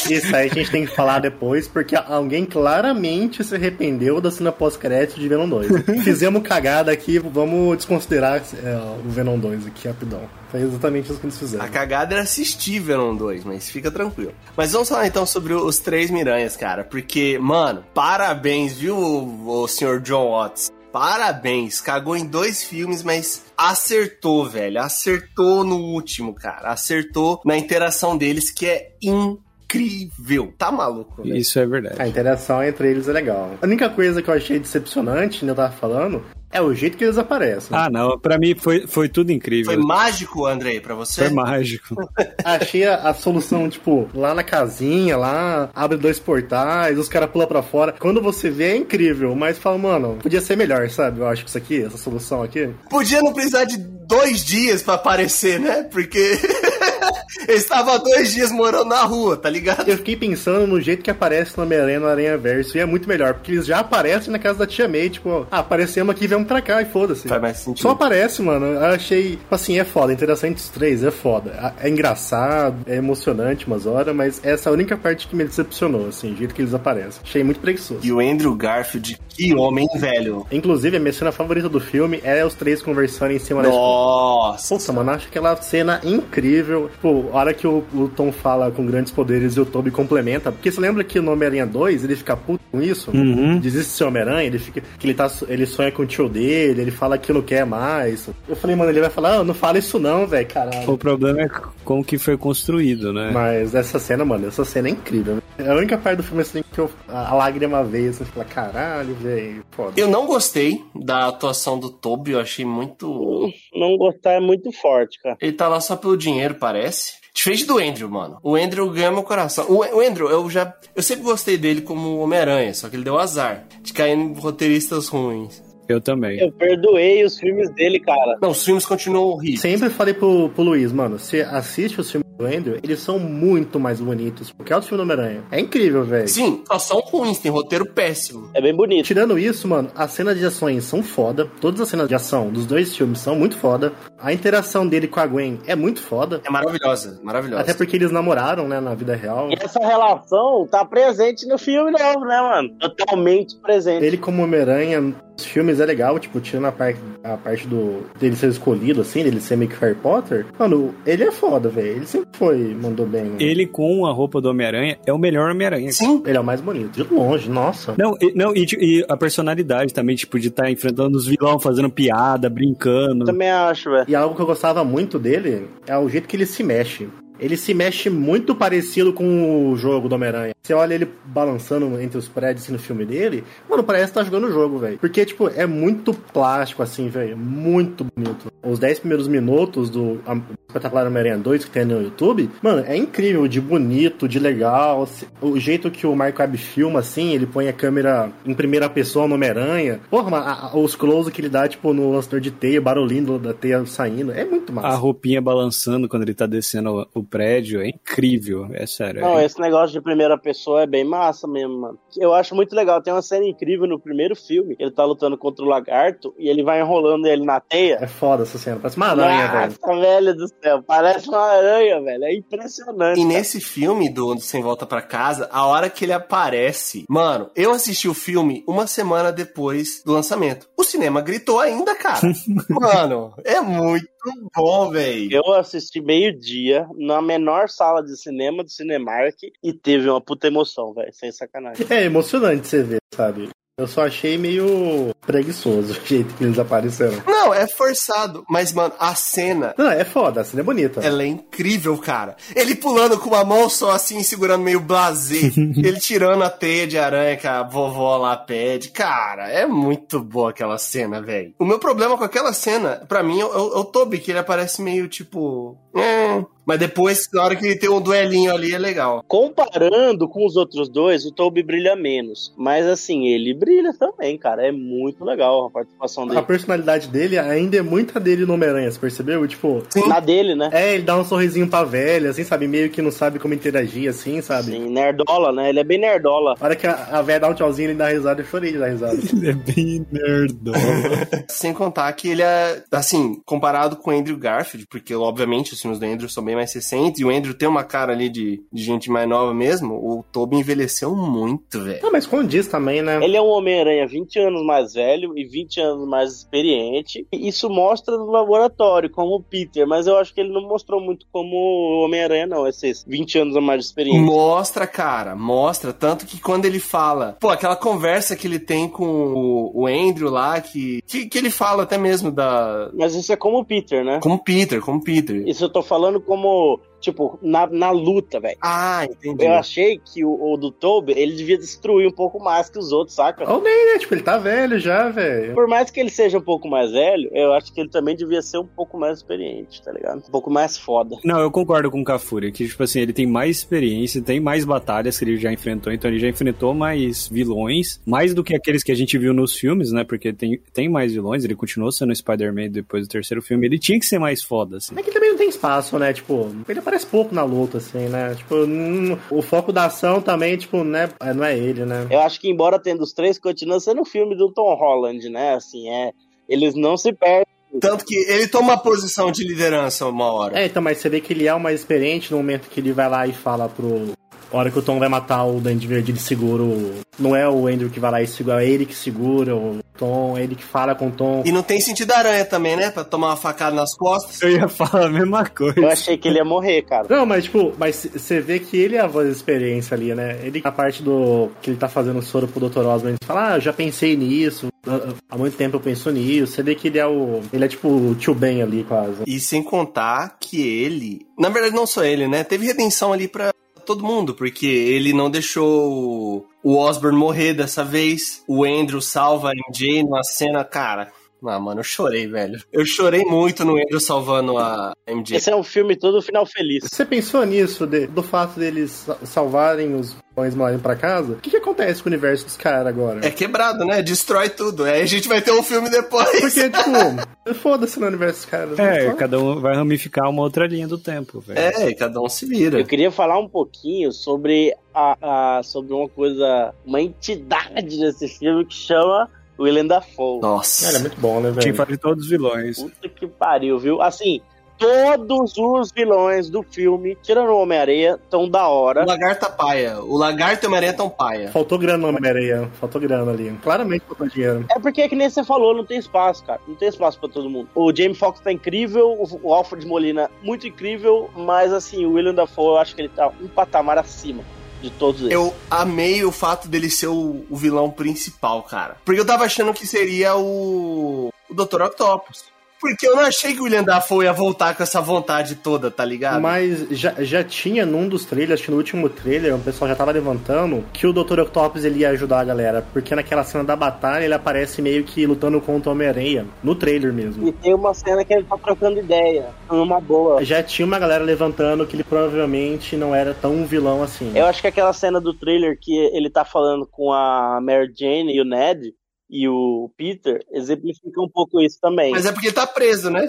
[SPEAKER 2] Isso aí a gente tem que falar depois, porque alguém claramente se arrependeu da cena pós-crédito de Venom 2. Fizemos cagada aqui, vamos desconsiderar é, o Venom 2 aqui rapidão. Foi exatamente isso que eles
[SPEAKER 1] A
[SPEAKER 2] fizeram.
[SPEAKER 1] cagada era assistir Venom 2, mas fica tranquilo. Mas vamos falar então sobre os três Miranhas, cara. Porque, mano, parabéns, viu, o, senhor John Watts? Parabéns, cagou em dois filmes, mas acertou, velho. Acertou no último, cara. Acertou na interação deles, que é incrível. Tá maluco, né?
[SPEAKER 4] Isso é verdade.
[SPEAKER 2] A interação entre eles é legal. A única coisa que eu achei decepcionante, né, eu tava falando, é o jeito que eles aparecem.
[SPEAKER 4] Ah, não. Pra mim foi, foi tudo incrível.
[SPEAKER 1] Foi mágico, Andrei, pra você?
[SPEAKER 4] Foi mágico.
[SPEAKER 2] Achei a, a solução, tipo, lá na casinha, lá, abre dois portais, os caras pulam pra fora. Quando você vê, é incrível, mas fala, mano, podia ser melhor, sabe? Eu acho que isso aqui, essa solução aqui.
[SPEAKER 1] Podia não precisar de dois dias pra aparecer, né? Porque Eu estava há dois dias morando na rua, tá ligado?
[SPEAKER 2] Eu fiquei pensando no jeito que aparece no Homem-Aranha no Aranha Verso, e é muito melhor, porque eles já aparecem na casa da tia May, tipo, ó, ah, aparecemos aqui, vemos pra cá, e foda-se.
[SPEAKER 1] Faz mais sentido.
[SPEAKER 2] Só aparece, mano. Eu achei, tipo assim, é foda, interessante os três, é foda. É engraçado, é emocionante umas horas, mas essa é a única parte que me decepcionou, assim, o jeito que eles aparecem. Achei muito preguiçoso.
[SPEAKER 1] E o Andrew Garfield, que homem velho.
[SPEAKER 2] Inclusive, a minha cena favorita do filme é os três conversando em cima da escola.
[SPEAKER 1] Nossa.
[SPEAKER 2] Nossa, mano, acho aquela cena incrível. Tipo, a hora que o, o Tom fala com grandes poderes e o Toby complementa. Porque você lembra que no Homem-Aranha 2 ele fica puto com isso?
[SPEAKER 4] Uhum.
[SPEAKER 2] Desiste de ser Homem-Aranha, ele fica. Que ele, tá, ele sonha com o tio dele, ele fala que não quer mais. Eu falei, mano, ele vai falar, ah, não fala isso não, velho, caralho.
[SPEAKER 4] O problema é como que foi construído, né?
[SPEAKER 2] Mas essa cena, mano, essa cena é incrível. É a única parte do filme assim que eu, a, a lágrima veio, assim, fala, caralho, velho, foda.
[SPEAKER 1] Eu não gostei da atuação do Toby, eu achei muito.
[SPEAKER 5] Não gostar é muito forte, cara.
[SPEAKER 1] Ele tá lá só pelo dinheiro, parece. Diferente do Andrew, mano. O Andrew ganha meu coração. O, o Andrew, eu já. Eu sempre gostei dele como Homem-Aranha, só que ele deu azar de cair em roteiristas ruins.
[SPEAKER 4] Eu também.
[SPEAKER 5] Eu perdoei os filmes dele, cara.
[SPEAKER 1] Não, os filmes continuam horríveis.
[SPEAKER 2] Sempre falei pro, pro Luiz, mano, você assiste os filmes do Andrew, eles são muito mais bonitos. Porque é o filme do Homem-Aranha. É incrível, velho.
[SPEAKER 1] Sim, só são ruins, tem roteiro péssimo.
[SPEAKER 5] É bem bonito.
[SPEAKER 2] Tirando isso, mano, as cenas de ações são foda. Todas as cenas de ação dos dois filmes são muito foda. A interação dele com a Gwen é muito foda.
[SPEAKER 1] É maravilhosa, maravilhosa.
[SPEAKER 2] Até porque eles namoraram, né, na vida real.
[SPEAKER 5] E essa relação tá presente no filme novo, né, mano? Totalmente presente.
[SPEAKER 2] Ele como Homem-Aranha os filmes é legal, tipo, tirando a parte, a parte do dele ser escolhido, assim, dele ser meio que Harry Potter. Mano, ele é foda, velho. Ele sempre foi, mandou bem. né?
[SPEAKER 4] Ele com a roupa do Homem-Aranha é o melhor Homem-Aranha.
[SPEAKER 1] Sim.
[SPEAKER 2] Ele é o mais bonito, de longe, nossa.
[SPEAKER 4] Não, e, não e, ti- e a personalidade também, tipo, de estar enfrentando os vilão, fazendo piada, brincando.
[SPEAKER 5] Também acho, velho.
[SPEAKER 2] E algo que eu gostava muito dele é o jeito que ele se mexe. Ele se mexe muito parecido com o jogo do Homem-Aranha. Você olha ele balançando entre os prédios assim, no filme dele, mano, parece que tá jogando o jogo, velho. Porque, tipo, é muito plástico, assim, velho. Muito bonito. Os 10 primeiros minutos do Am- Espetacular Homem-Aranha 2 que tem no YouTube, mano, é incrível, de bonito, de legal. Se- O jeito que o Mark Webb filma, assim, ele põe a câmera em primeira pessoa no Homem-Aranha. Porra, mas a- a- os close que ele dá, tipo, no lançador de teia, barulhinho da teia saindo. É muito massa.
[SPEAKER 4] A roupinha balançando quando ele tá descendo o- o prédio. É incrível. É sério.
[SPEAKER 5] Não,
[SPEAKER 4] é...
[SPEAKER 5] esse negócio de primeira pessoa é bem massa mesmo, mano. Eu acho muito legal. Tem uma cena incrível no primeiro filme. Ele tá lutando contra o lagarto e ele vai enrolando ele na teia.
[SPEAKER 2] É foda essa cena, parece uma aranha, velho.
[SPEAKER 5] Nossa, velho do céu. Parece uma aranha, velho. É impressionante.
[SPEAKER 1] E
[SPEAKER 5] cara.
[SPEAKER 1] nesse filme do Sem Volta pra Casa, a hora que ele aparece, mano, eu assisti o filme uma semana depois do lançamento. O cinema gritou ainda, cara. mano, é muito bom, velho.
[SPEAKER 5] Eu assisti meio-dia na menor sala de cinema do Cinemark e teve uma puta emoção, velho. Sem sacanagem.
[SPEAKER 2] É emocionante você ver, sabe? Eu só achei meio preguiçoso o jeito que eles apareceram.
[SPEAKER 1] Não, é forçado. Mas, mano, a cena.
[SPEAKER 2] Não, é foda, a cena é bonita.
[SPEAKER 1] Ela é incrível, cara. Ele pulando com uma mão só assim, segurando meio blazer. ele tirando a teia de aranha que a vovó lá pede. Cara, é muito boa aquela cena, velho. O meu problema com aquela cena, pra mim, é o, é o Toby, que ele aparece meio tipo. "É". Mas depois, na hora que ele tem um duelinho ali, é legal.
[SPEAKER 5] Comparando com os outros dois, o Toby brilha menos. Mas assim, ele brilha também, cara. É muito legal a participação
[SPEAKER 2] A
[SPEAKER 5] dele.
[SPEAKER 2] personalidade dele ainda é muita dele no Homem-Aranha, você percebeu? Tipo,
[SPEAKER 5] Na dele, né?
[SPEAKER 2] é, ele dá um sorrisinho pra velha, assim, sabe? Meio que não sabe como interagir, assim, sabe?
[SPEAKER 5] Sim, nerdola, né? Ele é bem nerdola.
[SPEAKER 2] A hora que a, a velha dá um tchauzinho, ele dá risada, eu chorei de dar risada.
[SPEAKER 4] Ele é bem nerdão.
[SPEAKER 1] Sem contar que ele é, assim, comparado com o Andrew Garfield, porque obviamente os filmes do Andrew são bem mais recentes, e o Andrew tem uma cara ali de, de gente mais nova mesmo, o Toby envelheceu muito, velho.
[SPEAKER 2] Não, mas condiz também, né?
[SPEAKER 5] Ele é um Homem-Aranha 20 anos mais velho e 20 anos mais experiente. E Isso mostra no laboratório, como o Peter, mas eu acho que ele não mostrou muito como o Homem-Aranha, não, esses 20 anos a mais experiente.
[SPEAKER 1] Mostra, cara, mostra. Tanto que quando ele fala, pô, aquela conversa que ele tem com o, o Andrew lá, que, que, que ele fala até mesmo da.
[SPEAKER 5] Mas isso é como o Peter, né?
[SPEAKER 1] Como Peter, como Peter.
[SPEAKER 5] Isso eu tô falando como, tipo, na, na luta, velho.
[SPEAKER 1] Ah, entendi.
[SPEAKER 5] Eu achei que o, o do Toby, ele devia destruir um pouco mais que os outros, saca?
[SPEAKER 2] Ou nem, né? Tipo, ele tá velho já, velho.
[SPEAKER 5] Por mais que ele seja um pouco mais velho, eu acho que ele também devia ser um pouco mais experiente, tá ligado? Um pouco mais foda.
[SPEAKER 4] Não, eu concordo com o Cafuri, que, tipo assim, ele tem mais experiência, tem mais batalhas que ele já enfrentou, então ele já enfrentou mais vilões, mais do que aqueles que a gente viu nos filmes, né? Porque tem, tem mais vilões, ele continuou sendo Spider-Man depois do terceiro filme, ele tinha que ser mais foda, assim.
[SPEAKER 2] É que também não tem espaço, né? Tipo, ele aparece pouco na luta, assim, né? Tipo, não- o foco da ação também, tipo, né? é, Não é ele, né?
[SPEAKER 5] Eu acho que, embora tendo os três, continua sendo um filme do Tom Holland, né? Assim, é. Eles não se perdem.
[SPEAKER 1] Tanto que ele toma a posição de liderança uma hora.
[SPEAKER 2] É, então, mas você vê que ele é o mais experiente no momento que ele vai lá e fala pro. A hora que o Tom vai matar o Dandy Verde, ele segura o. Não é o Andrew que vai lá e segura, é ele que segura o Tom, é ele que fala com o Tom.
[SPEAKER 1] E não tem sentido aranha também, né? Pra tomar uma facada nas costas.
[SPEAKER 4] Eu ia falar a mesma
[SPEAKER 5] Eu
[SPEAKER 4] coisa.
[SPEAKER 5] achei que ele ia morrer, cara.
[SPEAKER 2] Não, mas tipo, mas c- você vê que ele é a voz da experiência ali, né? Ele, a parte do. que ele tá fazendo soro pro Dr. Osman, ele fala, ah, eu já pensei nisso, há- há muito tempo eu penso nisso. Você vê que ele é o. Ele é tipo o tio Ben ali, quase. né?
[SPEAKER 1] E sem contar que ele. Na verdade, não só ele, né? Teve redenção ali pra todo mundo, porque ele não deixou o- o Osborn morrer dessa vez. O Andrew salva a MJ numa cena, cara. Ah, mano, eu chorei, velho. Eu chorei muito no Andrew salvando a MJ.
[SPEAKER 5] Esse é um filme todo final feliz.
[SPEAKER 2] Você pensou nisso, de- do fato deles sa- salvarem os pães morarem pra casa? O que, que acontece com o universo dos caras agora?
[SPEAKER 1] É quebrado, né? Destrói tudo. Aí a gente vai ter um filme depois.
[SPEAKER 2] Porque, tipo, foda-se no universo dos caras. né?
[SPEAKER 4] É,
[SPEAKER 2] Só-
[SPEAKER 4] cada um vai ramificar uma outra linha do tempo, velho.
[SPEAKER 1] É, e cada um se vira.
[SPEAKER 5] Eu queria falar um pouquinho sobre, a, a- sobre uma coisa, uma entidade desse filme que chama Willem Dafoe.
[SPEAKER 1] Nossa.
[SPEAKER 2] Cara, é muito bom, né,
[SPEAKER 4] Quem
[SPEAKER 2] velho?
[SPEAKER 4] faz de todos os vilões.
[SPEAKER 5] Puta que pariu, viu? Assim, todos os vilões do filme, tirando o Homem-Areia, tão da hora.
[SPEAKER 1] O lagarto é paia. O lagarto e o Maria tão paia.
[SPEAKER 2] Faltou grana no Homem-Aranha, faltou grana ali. Claramente faltou dinheiro.
[SPEAKER 5] É porque, é que nem você falou, não tem espaço, cara. Não tem espaço pra todo mundo. O Jamie Foxx tá incrível, o- o Alfred Molina muito incrível, mas assim, o William Dafoe, eu acho que ele tá um patamar acima de todos eles.
[SPEAKER 1] Eu amei o fato dele ser o, o vilão principal, cara. Porque eu tava achando que seria o, o Dr. Octopus. Porque eu não achei que o William Dafoe ia voltar com essa vontade toda, tá ligado?
[SPEAKER 2] Mas já, já tinha num dos trailers, acho que no último trailer, o pessoal já tava levantando que o Dr. Octopus ele ia ajudar a galera. Porque naquela cena da batalha ele aparece meio que lutando contra o Homem-Aranha. No trailer mesmo.
[SPEAKER 5] E tem uma cena que ele tá trocando ideia, numa boa.
[SPEAKER 2] Já tinha uma galera levantando que ele provavelmente não era tão vilão assim.
[SPEAKER 5] Eu acho que aquela cena do trailer que ele tá falando com a Mary Jane e o Ned e o Peter exemplifica um pouco isso também.
[SPEAKER 1] Mas é porque ele tá preso, né?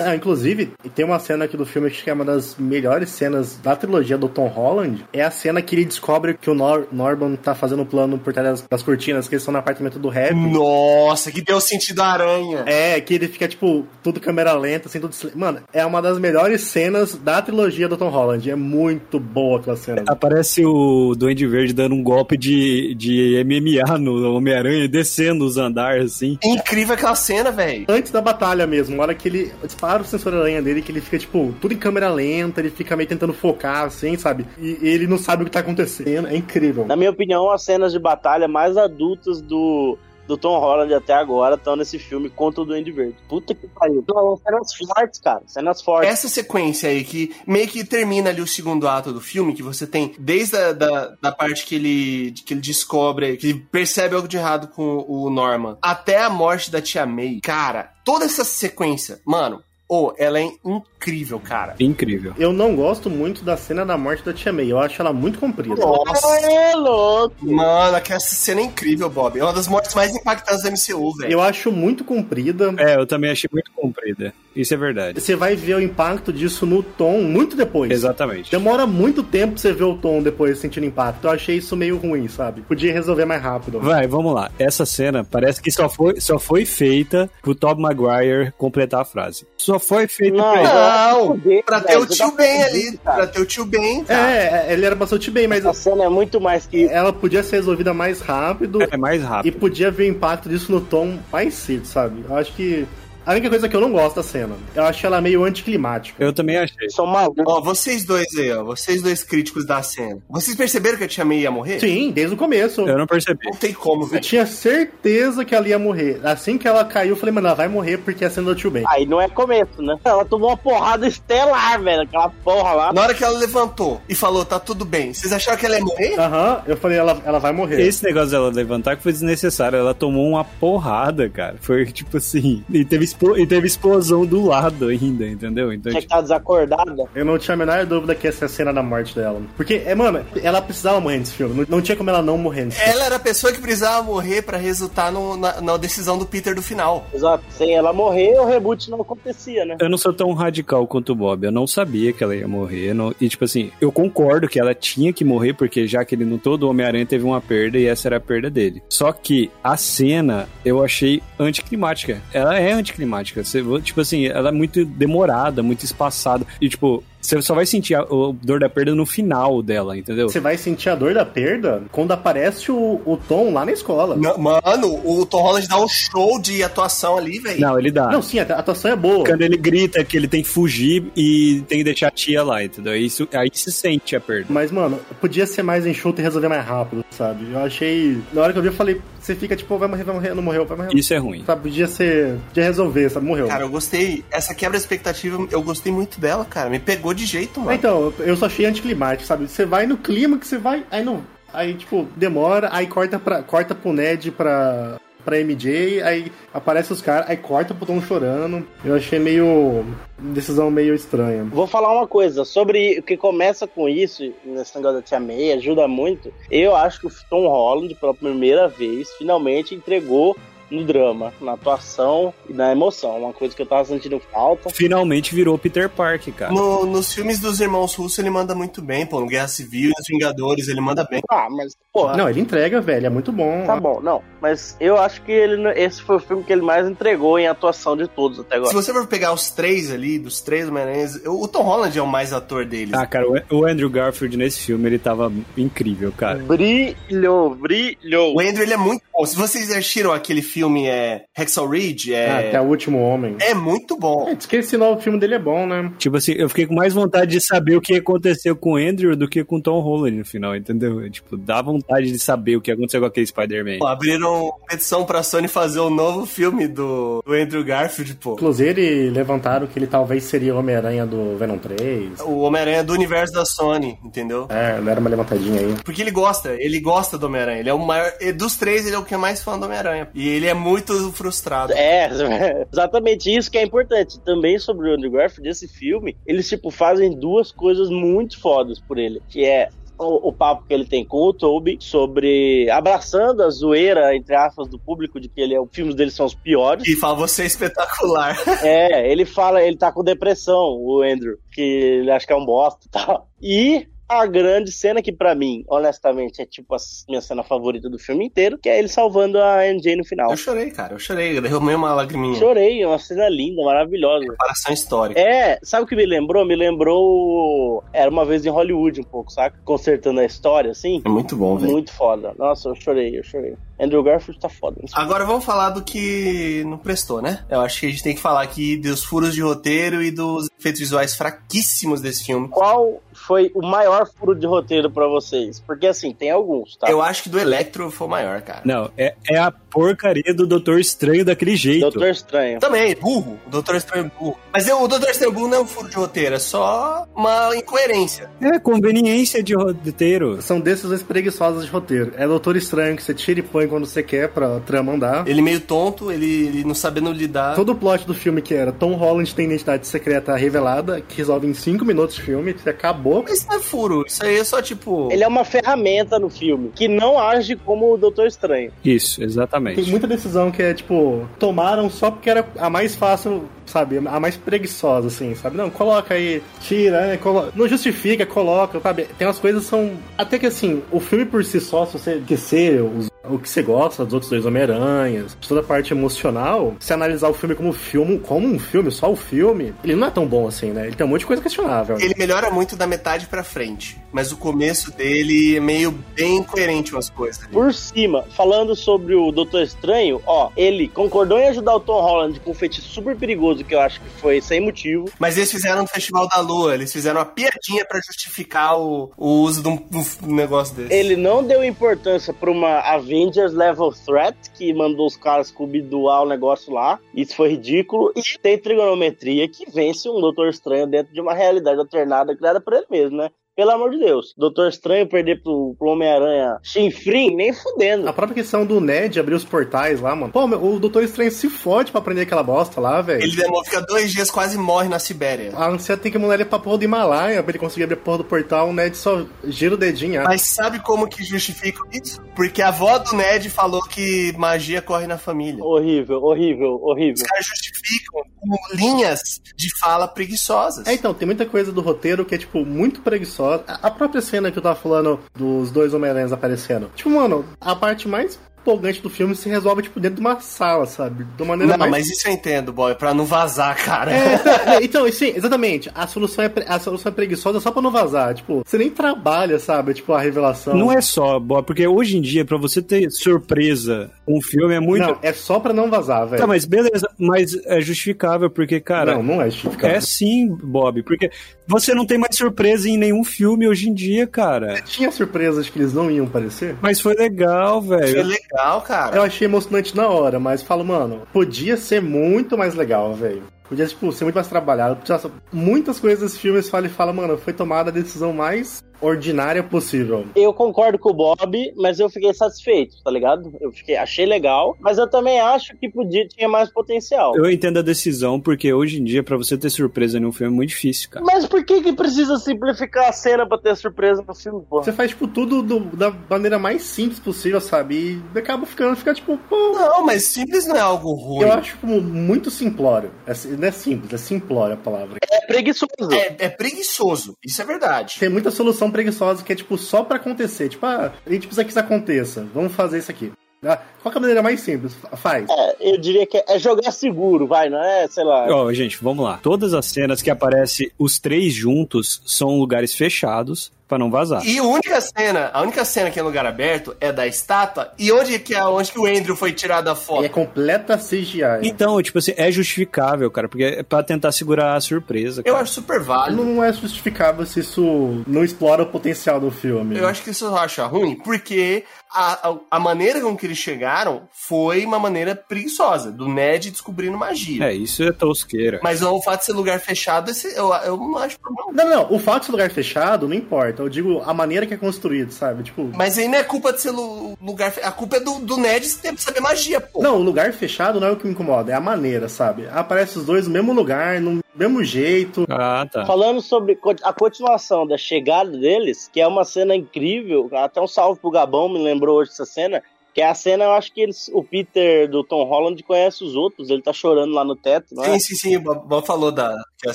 [SPEAKER 2] Ah, inclusive, tem uma cena aqui do filme que é uma das melhores cenas da trilogia do Tom Holland. É a cena que ele descobre que o Nor- Norman tá fazendo um plano por trás das, das cortinas, que eles estão no apartamento do Rap.
[SPEAKER 1] Nossa, que deu sentido à aranha.
[SPEAKER 2] É, que ele fica, tipo, tudo câmera lenta, assim, tudo. silêncio. Mano, é uma das melhores cenas da trilogia do Tom Holland. É muito boa aquela cena.
[SPEAKER 4] Aparece o Duende Verde dando um golpe de, de MMA no Homem-Aranha, e descendo os andares, assim.
[SPEAKER 1] É Incrível aquela cena, velho.
[SPEAKER 2] Antes da batalha mesmo, na hora que ele dispara o sensor aranha dele, que ele fica, tipo, tudo em câmera lenta, ele fica meio tentando focar, assim, sabe? E ele não sabe o que tá acontecendo. É incrível.
[SPEAKER 5] Na minha opinião, as cenas de batalha mais adultas do, do Tom Holland até agora estão nesse filme contra o Duende Verde. Puta que pariu. Não, cenas fortes, cara. Cenas fortes.
[SPEAKER 1] Essa sequência aí que meio que termina ali o segundo ato do filme, que você tem desde a da, da parte que ele, que ele descobre, que ele percebe algo de errado com o Norman, até a morte da tia May. Cara, toda essa sequência, mano, oh, ela é incrível, cara.
[SPEAKER 4] Incrível.
[SPEAKER 2] Eu não gosto muito da cena da morte da Tia May. Eu acho ela muito comprida.
[SPEAKER 1] Nossa,
[SPEAKER 5] É louco.
[SPEAKER 1] mano, aquela cena é incrível, Bob. É uma das mortes mais impactantes da MCU, velho.
[SPEAKER 2] Eu acho muito comprida.
[SPEAKER 4] É, eu também achei muito comprida. Isso é verdade.
[SPEAKER 2] Você vai ver o impacto disso no tom muito depois.
[SPEAKER 4] Exatamente. Então,
[SPEAKER 2] Demora muito tempo pra você ver o tom depois sentindo impacto. Eu achei isso meio ruim, sabe? Podia resolver mais rápido.
[SPEAKER 4] Vai, vamos lá. Essa cena parece que só foi, só foi feita pro Tob Maguire completar a frase. Só foi feita
[SPEAKER 5] Não,
[SPEAKER 4] pra ele.
[SPEAKER 1] Não,
[SPEAKER 5] Fudeu,
[SPEAKER 1] Pra
[SPEAKER 5] velho.
[SPEAKER 1] ter o
[SPEAKER 5] Você tá
[SPEAKER 1] tio Ben
[SPEAKER 5] fudido,
[SPEAKER 1] ali,
[SPEAKER 5] cara.
[SPEAKER 1] pra tá? ter o tio Ben, cara.
[SPEAKER 2] É, ele era bastante bem, mas
[SPEAKER 5] Essa cena é muito mais que
[SPEAKER 2] ela podia ser resolvida mais rápido
[SPEAKER 4] É mais
[SPEAKER 2] e
[SPEAKER 4] rápido.
[SPEAKER 2] podia ver o impacto disso no tom mais cedo, sabe? Eu acho que. A única coisa que eu não gosto da cena. Eu acho ela meio anticlimática.
[SPEAKER 4] Eu também achei.
[SPEAKER 5] são malucos.
[SPEAKER 1] Ó, vocês dois aí, ó, vocês dois críticos da cena. Vocês perceberam que a tia May ia morrer?
[SPEAKER 2] Sim, desde o começo.
[SPEAKER 4] Eu não percebi.
[SPEAKER 1] Não tem como,
[SPEAKER 2] Eu
[SPEAKER 1] velho.
[SPEAKER 2] tinha certeza que ela ia morrer. Assim que ela caiu, eu falei, mano, ela vai morrer porque é a cena do tio Ben.
[SPEAKER 5] Aí não é começo, né? Ela tomou uma porrada estelar, velho. Aquela porra lá.
[SPEAKER 1] Na hora que ela levantou e falou, tá tudo bem, vocês acharam que ela ia morrer?
[SPEAKER 2] Aham, eu falei, ela, ela vai morrer.
[SPEAKER 4] Esse negócio dela levantar que foi desnecessário. Ela tomou uma porrada, cara. Foi tipo assim. E teve expo- e teve explosão do lado ainda, entendeu? Então,
[SPEAKER 5] Tinha que
[SPEAKER 4] tipo,
[SPEAKER 5] estar desacordada.
[SPEAKER 2] Eu não tinha a menor dúvida que essa é a cena da morte dela. Porque, é, mano, ela precisava morrer nesse filme. Não, não tinha como ela não morrer nesse filme.
[SPEAKER 1] Ela era a pessoa que precisava morrer pra resultar no- na, na decisão do Peter do final.
[SPEAKER 5] Exato. Sem ela morrer, o reboot não acontecia, né?
[SPEAKER 4] eu não sou tão radical quanto o Bob. Eu não sabia que ela ia morrer. eu não- E, tipo assim, eu concordo que ela tinha que morrer, porque já que ele no todo Homem-Aranha teve uma perda e essa era a perda dele. Só que a cena eu achei anticlimática. Ela é anticlimática. Você, tipo assim, ela é muito demorada, muito espaçada. E, tipo, você só vai sentir a, o dor da perda no final dela, entendeu?
[SPEAKER 2] Você vai sentir a dor da perda quando aparece o, o Tom lá na escola.
[SPEAKER 1] Não, mano, o Tom Holland dá um show de atuação ali, velho.
[SPEAKER 4] Não, ele dá.
[SPEAKER 2] Não, sim, a a atuação é boa.
[SPEAKER 4] Quando ele grita que ele tem que fugir e tem que deixar a tia lá, entendeu? Isso, aí se sente a perda.
[SPEAKER 2] Mas, mano, podia ser mais enxuto e resolver mais rápido, sabe? Eu achei. Na hora que eu vi, eu falei, você fica tipo, vai morrer, vai morrer, não morreu, vai morrer.
[SPEAKER 4] Isso é ruim.
[SPEAKER 2] Sabe, podia ser. Podia resolver, sabe? Morreu.
[SPEAKER 1] Cara, eu gostei. Essa quebra de expectativa, eu gostei muito dela, cara. Me pegou de jeito,
[SPEAKER 2] Ah,
[SPEAKER 1] mano.
[SPEAKER 2] Então, eu só achei anticlimático, sabe? Você vai no clima que você vai, aí não. Aí, tipo, demora, aí corta, pra, corta pro Ned pra, pra MJ, aí aparece os caras, aí corta pro Tom chorando. Eu achei meio. decisão meio estranha.
[SPEAKER 5] Vou falar uma coisa sobre o que começa com isso, nesse negócio da Tia May, ajuda muito. Eu acho que o Tom Holland, pela primeira vez, finalmente entregou no drama, na atuação e na emoção. Uma coisa que eu tava sentindo falta.
[SPEAKER 4] Finalmente virou Peter Park, cara.
[SPEAKER 1] No- nos filmes dos irmãos Russo, ele manda muito bem, pô. No Guerra Civil, nos Vingadores, ele manda bem.
[SPEAKER 5] Ah, mas, porra,
[SPEAKER 2] Não, ele entrega, velho, é muito bom.
[SPEAKER 5] tá bom, não. Mas eu acho que ele, esse foi o filme que ele mais entregou em atuação de todos até
[SPEAKER 1] Se
[SPEAKER 5] agora.
[SPEAKER 1] você for pegar os três ali, dos três Homem-Aranhas, eu- o Tom Holland é o mais ator deles.
[SPEAKER 4] Ah, cara, o- o Andrew Garfield nesse filme, ele tava incrível, cara.
[SPEAKER 5] Brilhou, brilhou.
[SPEAKER 1] O Andrew, ele é muito bom. Se vocês assistiram aquele filme, é... Hexal Ridge,
[SPEAKER 2] Ah,
[SPEAKER 1] é...
[SPEAKER 2] Até o último homem.
[SPEAKER 1] É muito bom.
[SPEAKER 2] É, diz que esse novo filme dele é bom, né?
[SPEAKER 4] Tipo assim, eu fiquei com mais vontade de saber o que aconteceu com o Andrew do que com o Tom Holland no final, entendeu? Tipo, dá vontade de saber o que aconteceu com aquele Spider-Man.
[SPEAKER 1] Pô, abriram petição pra Sony fazer o novo filme do, do Andrew Garfield, pô.
[SPEAKER 2] Inclusive, levantaram que ele talvez seria o Homem-Aranha do Venom 3.
[SPEAKER 1] O Homem-Aranha é do universo da Sony, entendeu?
[SPEAKER 2] É, deram uma levantadinha aí.
[SPEAKER 1] Porque ele gosta, ele gosta do Homem-Aranha. Ele é o maior. e Dos três, ele é o que é mais fã do Homem-Aranha. E ele é muito frustrado.
[SPEAKER 5] É, exatamente isso que é importante. Também sobre o Andrew Garfield, esse filme, eles, tipo, fazem duas coisas muito fodas por ele, que é o, o papo que ele tem com o Toby sobre abraçando a zoeira, entre aspas, do público de que ele é, os filmes dele são os piores.
[SPEAKER 1] E fala, você é espetacular.
[SPEAKER 5] É, ele fala, ele tá com depressão, o Andrew, que ele acha que é um bosta e tal. E a grande cena que pra mim, honestamente, é tipo a minha cena favorita do filme inteiro, que é ele salvando a MJ no final.
[SPEAKER 1] Eu chorei, cara. Eu chorei. Eu derramei uma lagriminha.
[SPEAKER 5] Chorei, é uma cena linda, maravilhosa.
[SPEAKER 1] Comparação histórica.
[SPEAKER 5] É, sabe o que me lembrou? Me lembrou. Era uma vez em Hollywood um pouco, saca? Consertando a história, assim.
[SPEAKER 1] É muito bom, velho.
[SPEAKER 5] Muito foda. Nossa, eu chorei, eu chorei. Andrew Garfield tá foda.
[SPEAKER 1] Agora vamos falar do que não prestou, né? Eu acho que a gente tem que falar aqui dos furos de roteiro e dos efeitos visuais fraquíssimos desse filme.
[SPEAKER 5] Qual foi o maior furo de roteiro pra vocês? Porque assim, tem alguns, tá?
[SPEAKER 1] Eu acho que do Electro foi o maior, cara.
[SPEAKER 4] Não, é, é a porcaria do Doutor Estranho daquele jeito.
[SPEAKER 5] Doutor Estranho.
[SPEAKER 1] Também, burro. O Doutor Estranho é burro. Mas eu- o Doutor Estranho burro não é um furo de roteiro, é só uma incoerência.
[SPEAKER 4] É conveniência de roteiro.
[SPEAKER 2] São decisões preguiçosas de roteiro. É Doutor Estranho que você tira e põe quando você quer pra trama andar.
[SPEAKER 1] Ele meio tonto, ele, ele não sabendo lidar.
[SPEAKER 2] Todo o plot do filme que era Tom Holland tem identidade secreta revelada, que resolve em 5 minutos de filme, que acabou.
[SPEAKER 1] Mas isso não é furo, isso aí é só tipo.
[SPEAKER 5] Ele é uma ferramenta no filme que não age como o Doutor Estranho.
[SPEAKER 4] Isso, exatamente.
[SPEAKER 2] Tem muita decisão que é, tipo, tomaram só porque era a mais fácil, sabe? A mais preguiçosa, assim, sabe? Não, coloca aí, tira, né? Colo... não justifica, coloca, sabe? Tem umas coisas que são. Até que, assim, o filme por si só, se você esquecer os... o que você gosta dos outros dois Homem-Aranhas, toda a parte emocional, se analisar o filme como filme, como um filme, só o filme, ele não é tão bom assim, né? Ele tem um monte de coisa questionável.
[SPEAKER 1] Ele melhora muito da metade pra frente. Mas o começo dele é meio bem incoerente umas coisas. ali.
[SPEAKER 5] Por cima, falando sobre o Doutor Estranho, ó, ele concordou em ajudar o Tom Holland com um feitiço super perigoso que eu acho que foi sem motivo.
[SPEAKER 1] Mas eles fizeram no Festival da Lua, eles fizeram uma piadinha pra justificar o, o uso de um, um negócio desse.
[SPEAKER 5] Ele não deu importância pra uma Avengers Level Threat, que mandou os caras cubiduar o negócio lá. Isso foi ridículo. E tem trigonometria que vence um Doutor Estranho dentro de uma realidade alternada criada por ele mesmo, né? Pelo amor de Deus. Doutor Estranho perder pro, pro Homem-Aranha chinfrim, nem fudendo.
[SPEAKER 2] A própria questão do Ned abrir os portais lá, mano. Pô, meu, o Doutor Estranho se fode pra aprender aquela bosta lá, velho.
[SPEAKER 1] Ele demora, fica dois dias, quase morre na Sibéria.
[SPEAKER 2] A Ancia tem que mandar ele pra porra do Himalaia pra ele conseguir abrir a porra do portal. O Ned só gira o dedinho. Ah,
[SPEAKER 1] Mas sabe como que justifica isso? Porque a avó do Ned falou que magia corre na família.
[SPEAKER 5] Horrível, horrível, horrível.
[SPEAKER 1] Os caras justificam com linhas de fala preguiçosas.
[SPEAKER 2] É, então, tem muita coisa do roteiro que é, tipo, muito preguiçosa. A a própria cena que eu tava falando dos dois Homem-Aranhas aparecendo. Tipo, mano, a parte mais empolgante do filme se resolve, tipo, dentro de uma sala, sabe? De uma
[SPEAKER 1] Não,
[SPEAKER 2] maneira mais...
[SPEAKER 1] mas isso eu entendo, boy, pra não vazar, cara.
[SPEAKER 2] É, então, sim, exatamente. A solução, é, pre- a solução é preguiçosa só pra não vazar. Tipo, você nem trabalha, sabe? Tipo, a revelação.
[SPEAKER 4] Não é só, Bob, porque hoje em dia, pra você ter surpresa um filme é muito.
[SPEAKER 2] Não, é só pra não vazar, velho.
[SPEAKER 4] Tá, mas beleza, mas é justificável, porque, cara.
[SPEAKER 2] Não, não é
[SPEAKER 4] É
[SPEAKER 2] justificável.
[SPEAKER 4] sim, Bob, porque você não tem mais surpresa em nenhum filme hoje em dia, cara.
[SPEAKER 2] Tinha surpresas que eles não iam aparecer?
[SPEAKER 4] Mas foi legal,
[SPEAKER 1] Isso é
[SPEAKER 4] velho.
[SPEAKER 1] legal, cara.
[SPEAKER 2] Eu achei emocionante na hora, mas falo, mano, podia ser muito mais legal, velho. Podia, tipo, ser muito mais trabalhado. Podia- Muitas coisas desses filmes fala e fala, mano, foi tomada a decisão mais ordinária possível.
[SPEAKER 5] Eu concordo com o Bob, mas eu fiquei satisfeito, tá ligado? Eu fiquei, achei legal, mas eu também acho que podia tinha mais potencial.
[SPEAKER 4] Eu entendo a decisão, porque hoje em dia, pra você ter surpresa em um filme é muito difícil,
[SPEAKER 1] Tá.
[SPEAKER 4] cara.
[SPEAKER 5] Mas por que que precisa simplificar a cena pra ter surpresa no filme, porra?
[SPEAKER 2] Você faz, tipo, tudo do- da maneira mais simples possível, sabe? E acaba ficando, fica, tipo, pô.
[SPEAKER 1] Não, mas simples não é algo ruim.
[SPEAKER 2] Eu acho, tipo, muito simplório. É si- não é simples, é simplório a palavra.
[SPEAKER 5] É preguiçoso.
[SPEAKER 1] É, é preguiçoso, isso é verdade.
[SPEAKER 2] Tem muita solução preguiçosa que é, tipo, só pra acontecer. Tipo, ah, a gente precisa que isso aconteça. Vamos fazer isso aqui. Ah, Qual que é a maneira mais simples? Fa- Faz.
[SPEAKER 5] É, eu diria que é, é jogar seguro, vai, não é, sei lá.
[SPEAKER 4] Ó, gente, vamos lá. Todas as cenas que aparecem os três juntos são lugares fechados pra não vazar.
[SPEAKER 1] E a única cena, a única cena que é em lugar aberto é da estátua. E onde que é onde que o Andrew foi tirado a
[SPEAKER 2] E é
[SPEAKER 1] foto?
[SPEAKER 2] completa CGI.
[SPEAKER 4] Então, tipo assim, é justificável, cara, porque é pra tentar segurar a surpresa.
[SPEAKER 1] Eu
[SPEAKER 4] cara.
[SPEAKER 1] acho super válido.
[SPEAKER 2] Não é justificável se isso não explora o potencial do filme.
[SPEAKER 1] Eu acho que isso eu acho ruim, porque a, a, a maneira com que eles chegaram foi uma maneira preguiçosa, do Ned descobrindo magia.
[SPEAKER 4] É, isso é tosqueira.
[SPEAKER 1] Mas o fato de ser lugar fechado, esse, eu, eu não acho problema.
[SPEAKER 2] Não, não, o fato de ser um lugar fechado não importa. Eu digo a maneira que é construído, sabe? Tipo.
[SPEAKER 1] Mas aí não é culpa de ser lu- lugar fe... A culpa é do, do Ned ter que saber magia, pô.
[SPEAKER 2] Não, o lugar fechado não é o que me incomoda, é a maneira, sabe? Aparece os dois no mesmo lugar, no mesmo jeito.
[SPEAKER 4] Ah, tá.
[SPEAKER 5] Falando sobre co- a continuação da chegada deles, que é uma cena incrível, até um salve pro Gabão me lembrou hoje essa cena, que é a cena, eu acho que eles, o Peter do Tom Holland conhece os outros, ele tá chorando lá no teto, não é?
[SPEAKER 1] Sim, sim, sim. O Bob Bob falou da, que é a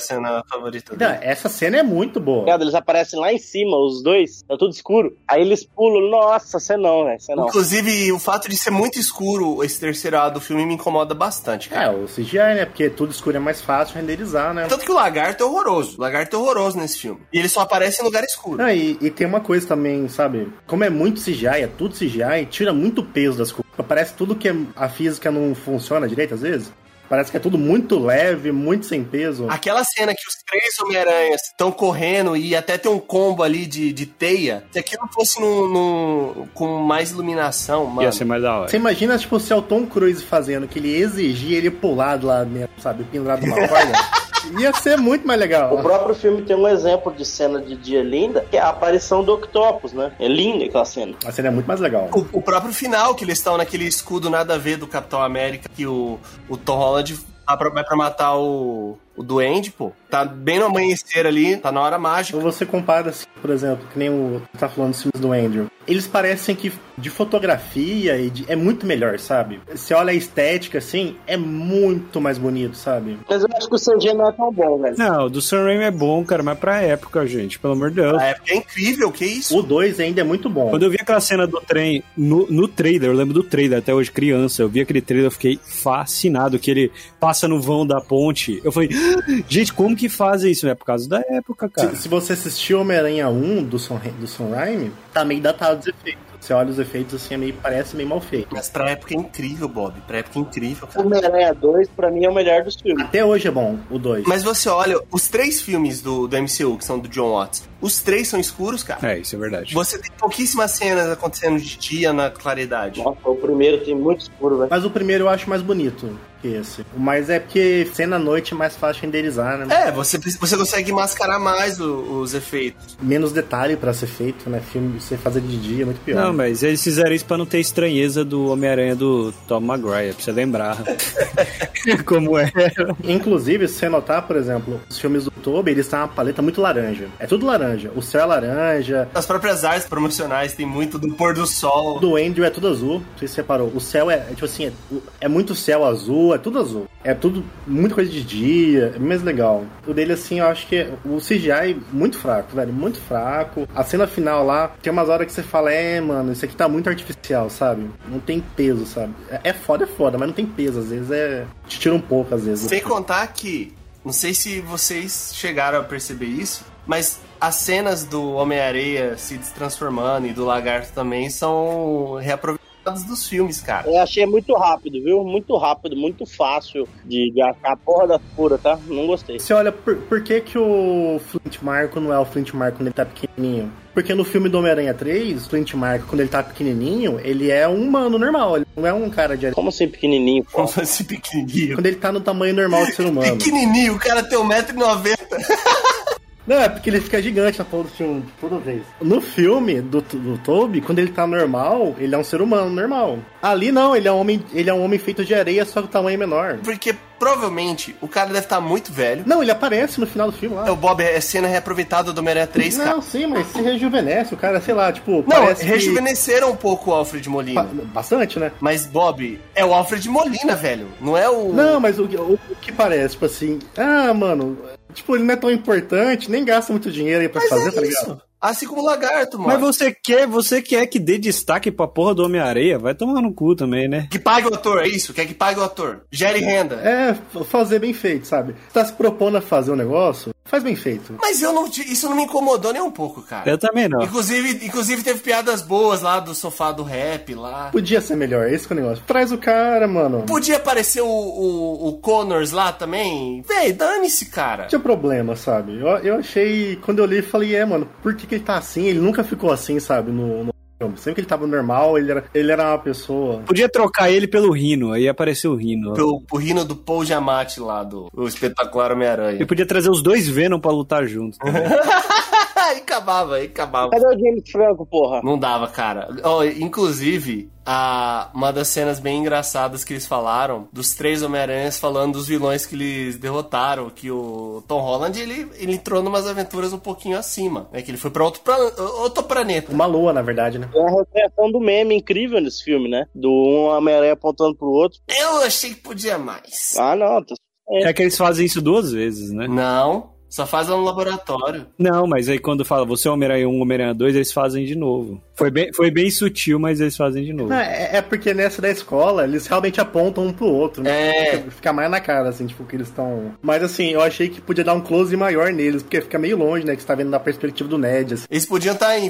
[SPEAKER 1] cena favorita
[SPEAKER 2] Não,
[SPEAKER 1] dele.
[SPEAKER 2] essa cena é muito boa.
[SPEAKER 5] Ligado? Eles aparecem lá em cima, os dois, tá tudo escuro. Aí eles pulam, nossa, cê não, velho, cê não.
[SPEAKER 1] Inclusive, o fato de ser muito escuro esse terceiro ato do filme me incomoda bastante, cara.
[SPEAKER 2] É, o CGI, né? Porque tudo escuro é mais fácil renderizar, né?
[SPEAKER 1] Tanto que o lagarto é horroroso. O lagarto é horroroso nesse filme. E ele só aparece em lugar escuro.
[SPEAKER 2] Ah, e, e tem uma coisa também, sabe? Como é muito CGI, é tudo CGI, tira muito peso das coisas. Parece tudo que é- a física não funciona direito às vezes. Parece que é tudo muito leve, muito sem peso.
[SPEAKER 1] Aquela cena que os três Homem-Aranhas estão correndo e até tem um combo ali de, de teia. Se aquilo fosse num, num- com mais iluminação, mano.
[SPEAKER 4] Ia ser mais da hora.
[SPEAKER 2] Você imagina, tipo, se é o Tom Cruise fazendo, que ele exigia ele pular do lado mesmo, sabe? Pendurado numa corda. Ia ser muito mais
[SPEAKER 5] O
[SPEAKER 2] legal.
[SPEAKER 5] próprio filme tem um exemplo de cena de dia linda, que é a aparição do Octopus, né? É linda aquela cena.
[SPEAKER 2] A cena é muito mais legal.
[SPEAKER 1] O, o próprio final, que eles estão naquele escudo nada a ver do Capitão América, que o, o Tom Holland vai pra, vai pra matar o, o Duende, pô. Tá bem no amanhecer ali, tá na hora mágica.
[SPEAKER 2] Ou você compara, assim, por exemplo, que nem o tá falando dos filmes do Andrew. Eles parecem que de fotografia e de- é muito melhor, sabe? Você olha a estética, assim, é muito mais bonito, sabe?
[SPEAKER 5] Mas eu acho que o CG não é tão bom, velho.
[SPEAKER 4] Não, o do Sam Raimi é bom, cara, mas pra época, gente, pelo amor de Deus.
[SPEAKER 1] Na época é incrível, que isso?
[SPEAKER 2] O 2 ainda é muito bom.
[SPEAKER 4] Quando eu vi aquela cena do trem no, no trailer, eu lembro do trailer até hoje, criança, eu vi aquele trailer, eu fiquei fascinado, que ele passa no vão da ponte. Eu falei, "Ah, gente, como que fazem isso? É por causa da época, cara.
[SPEAKER 2] um Se, se você assistiu Homem-Aranha 1 do Sam, do Sam Raimi, tá meio datado os efeitos. Você olha os efeitos assim, é meio, parece meio mal feito.
[SPEAKER 1] Mas pra época é incrível, Bob. Pra época é incrível, cara.
[SPEAKER 5] Homem-Aranha 2, pra mim, é o melhor dos filmes.
[SPEAKER 2] Até hoje é bom, o 2.
[SPEAKER 1] Mas você olha, os três filmes do, do MCU, que são do John Watts, os três são escuros, cara.
[SPEAKER 4] É, isso é verdade.
[SPEAKER 1] Você tem pouquíssimas cenas acontecendo de dia na claridade.
[SPEAKER 5] Nossa, o primeiro tem muito escuro, né? velho.
[SPEAKER 2] Mas o primeiro eu acho mais bonito que esse. Mas é porque cena à noite é mais fácil de renderizar, né?
[SPEAKER 1] É, você, você consegue mascarar mais o- os
[SPEAKER 4] É.
[SPEAKER 1] efeitos.
[SPEAKER 2] Menos detalhe pra ser feito, né? Filme, você fazer de dia é muito pior.
[SPEAKER 4] Não, mas eles fizeram isso pra não ter estranheza do Homem-Aranha do Tom Maguire, pra você lembrar como é.
[SPEAKER 2] Inclusive, se você notar, por exemplo, os filmes do Toby, eles têm uma paleta muito laranja. É tudo laranja. O céu é laranja,
[SPEAKER 1] As próprias artes promocionais tem muito do pôr do
[SPEAKER 2] o
[SPEAKER 1] sol.
[SPEAKER 2] do Andrew é tudo azul. Não sei se você reparou. O céu é, é tipo assim, é, é muito céu azul, é tudo azul. É tudo, muita coisa de dia, é mais legal. O dele, assim, eu acho que é- o CGI é muito fraco, velho, muito fraco. A cena final lá, tem umas horas que você fala, é, mano, isso aqui tá muito artificial, sabe? Não tem peso, sabe? É- É foda, é foda, mas não tem peso, às vezes é... Te tira um pouco, às vezes.
[SPEAKER 1] Sem contar que, não sei se vocês chegaram a perceber isso, mas as cenas do Homem-Areia se transformando e do Lagarto também são reaproveitadas dos filmes, cara.
[SPEAKER 5] Eu achei muito rápido, viu? Muito rápido, muito fácil de gastar a porra da fura, tá? Não gostei.
[SPEAKER 2] Você olha, por, por que, que o Flint Marco não é o Flint Marco quando ele tá pequenininho? Porque no filme do Homem-Aranha 3, o Flint Marco, quando ele tá pequenininho, ele é um humano normal, ele não é um cara de...
[SPEAKER 5] Como assim, pequenininho, pô?
[SPEAKER 1] Como esse pequenininho.
[SPEAKER 2] Quando ele tá no tamanho normal de ser humano.
[SPEAKER 1] Pequenininho, o cara tem 1,90m.
[SPEAKER 2] Não, é porque ele fica gigante na porra do filme, toda vez. No filme do, do Toby, quando ele tá normal, ele é um ser humano normal. Ali não, ele é um homem, ele é um homem feito de areia, só que o tamanho é menor.
[SPEAKER 1] Porque provavelmente o cara deve estar muito velho.
[SPEAKER 2] Não, ele aparece no final do filme lá.
[SPEAKER 1] O Bob é cena reaproveitada do Homem-Aranha 3, cara.
[SPEAKER 2] Não, sim, mas se rejuvenesce, o cara, sei lá, tipo,
[SPEAKER 1] Não,
[SPEAKER 2] parece que-
[SPEAKER 1] rejuvenesceram um pouco o Alfred
[SPEAKER 2] Pa-
[SPEAKER 1] Molina.
[SPEAKER 2] Bastante, né?
[SPEAKER 1] Mas, Bob, é o Alfred Molina, velho. Não é o.
[SPEAKER 2] Não, mas o, que- o que parece, tipo assim, ah, mano, tipo, ele não é tão importante, nem gasta muito dinheiro aí pra
[SPEAKER 1] Mas
[SPEAKER 2] fazer,
[SPEAKER 1] é
[SPEAKER 2] tá ligado?
[SPEAKER 1] isso. Assim como o Lagarto, mano.
[SPEAKER 4] Mas você quer, você quer que dê destaque pra porra do Homem-Areia? Vai tomar no cu também, né?
[SPEAKER 1] Que pague o ator, é isso? Quer que pague o ator? Gere renda.
[SPEAKER 2] É, f- fazer bem feito, sabe? Você tá se propondo a fazer um negócio, faz bem feito.
[SPEAKER 1] Mas eu não. te- Isso não me incomodou nem um pouco, cara.
[SPEAKER 2] É,
[SPEAKER 4] Eu também não.
[SPEAKER 1] Inclusive, inclusive, teve piadas boas lá do sofá do rap lá.
[SPEAKER 2] Podia ser melhor, esse que é o negócio. Traz o cara, mano. Não
[SPEAKER 1] Podia aparecer o, o, o Connors lá também. Véi, dane-se, cara.
[SPEAKER 2] tinha problema, sabe? Eu, eu achei, quando eu li, eu falei, é, mano, por que, que ele tá assim? Ele nunca ficou assim, sabe? No, no filme. Sempre que ele tava normal, ele era, ele era uma pessoa.
[SPEAKER 4] Podia trocar ele pelo Rino, aí apareceu o Rino.
[SPEAKER 1] Pro, pro rino do Paul Giamatti lá, do o espetacular Homem-Aranha.
[SPEAKER 4] E podia trazer os dois Venom pra lutar juntos.
[SPEAKER 1] Aí Ah, acabava, aí acabava.
[SPEAKER 5] Cadê o James Franco, porra?
[SPEAKER 1] Não dava, cara. Ó, inclusive, a, uma das cenas bem engraçadas que eles falaram, dos três Homem-Aranhas falando dos vilões que eles derrotaram, que o Tom Holland, ele, ele entrou numas aventuras um pouquinho acima, né? Que ele foi pra outro, pra, outro planeta.
[SPEAKER 2] Uma lua, na verdade, né?
[SPEAKER 5] É uma recriação do meme incrível nesse filme, né? Do um Homem-Aranha apontando pro outro.
[SPEAKER 1] Eu achei que podia mais.
[SPEAKER 5] Ah, não. tá-
[SPEAKER 4] É que eles fazem isso duas vezes, né?
[SPEAKER 1] Não, só faz lá no laboratório.
[SPEAKER 4] Não, mas aí quando fala você é Homem-Aranha 1, Homem-Aranha 2, eles fazem de novo. Foi bem, foi bem sutil, mas eles fazem de novo.
[SPEAKER 2] Não, é, é porque nessa da escola, eles realmente apontam um pro outro, né?
[SPEAKER 1] É,
[SPEAKER 2] Fica- Fica mais na cara, assim, tipo, que eles estão. Mas assim, eu achei que podia dar um close maior neles, porque fica meio longe, né? Que você tá vendo da perspectiva do Ned, assim.
[SPEAKER 1] eles podiam estar em,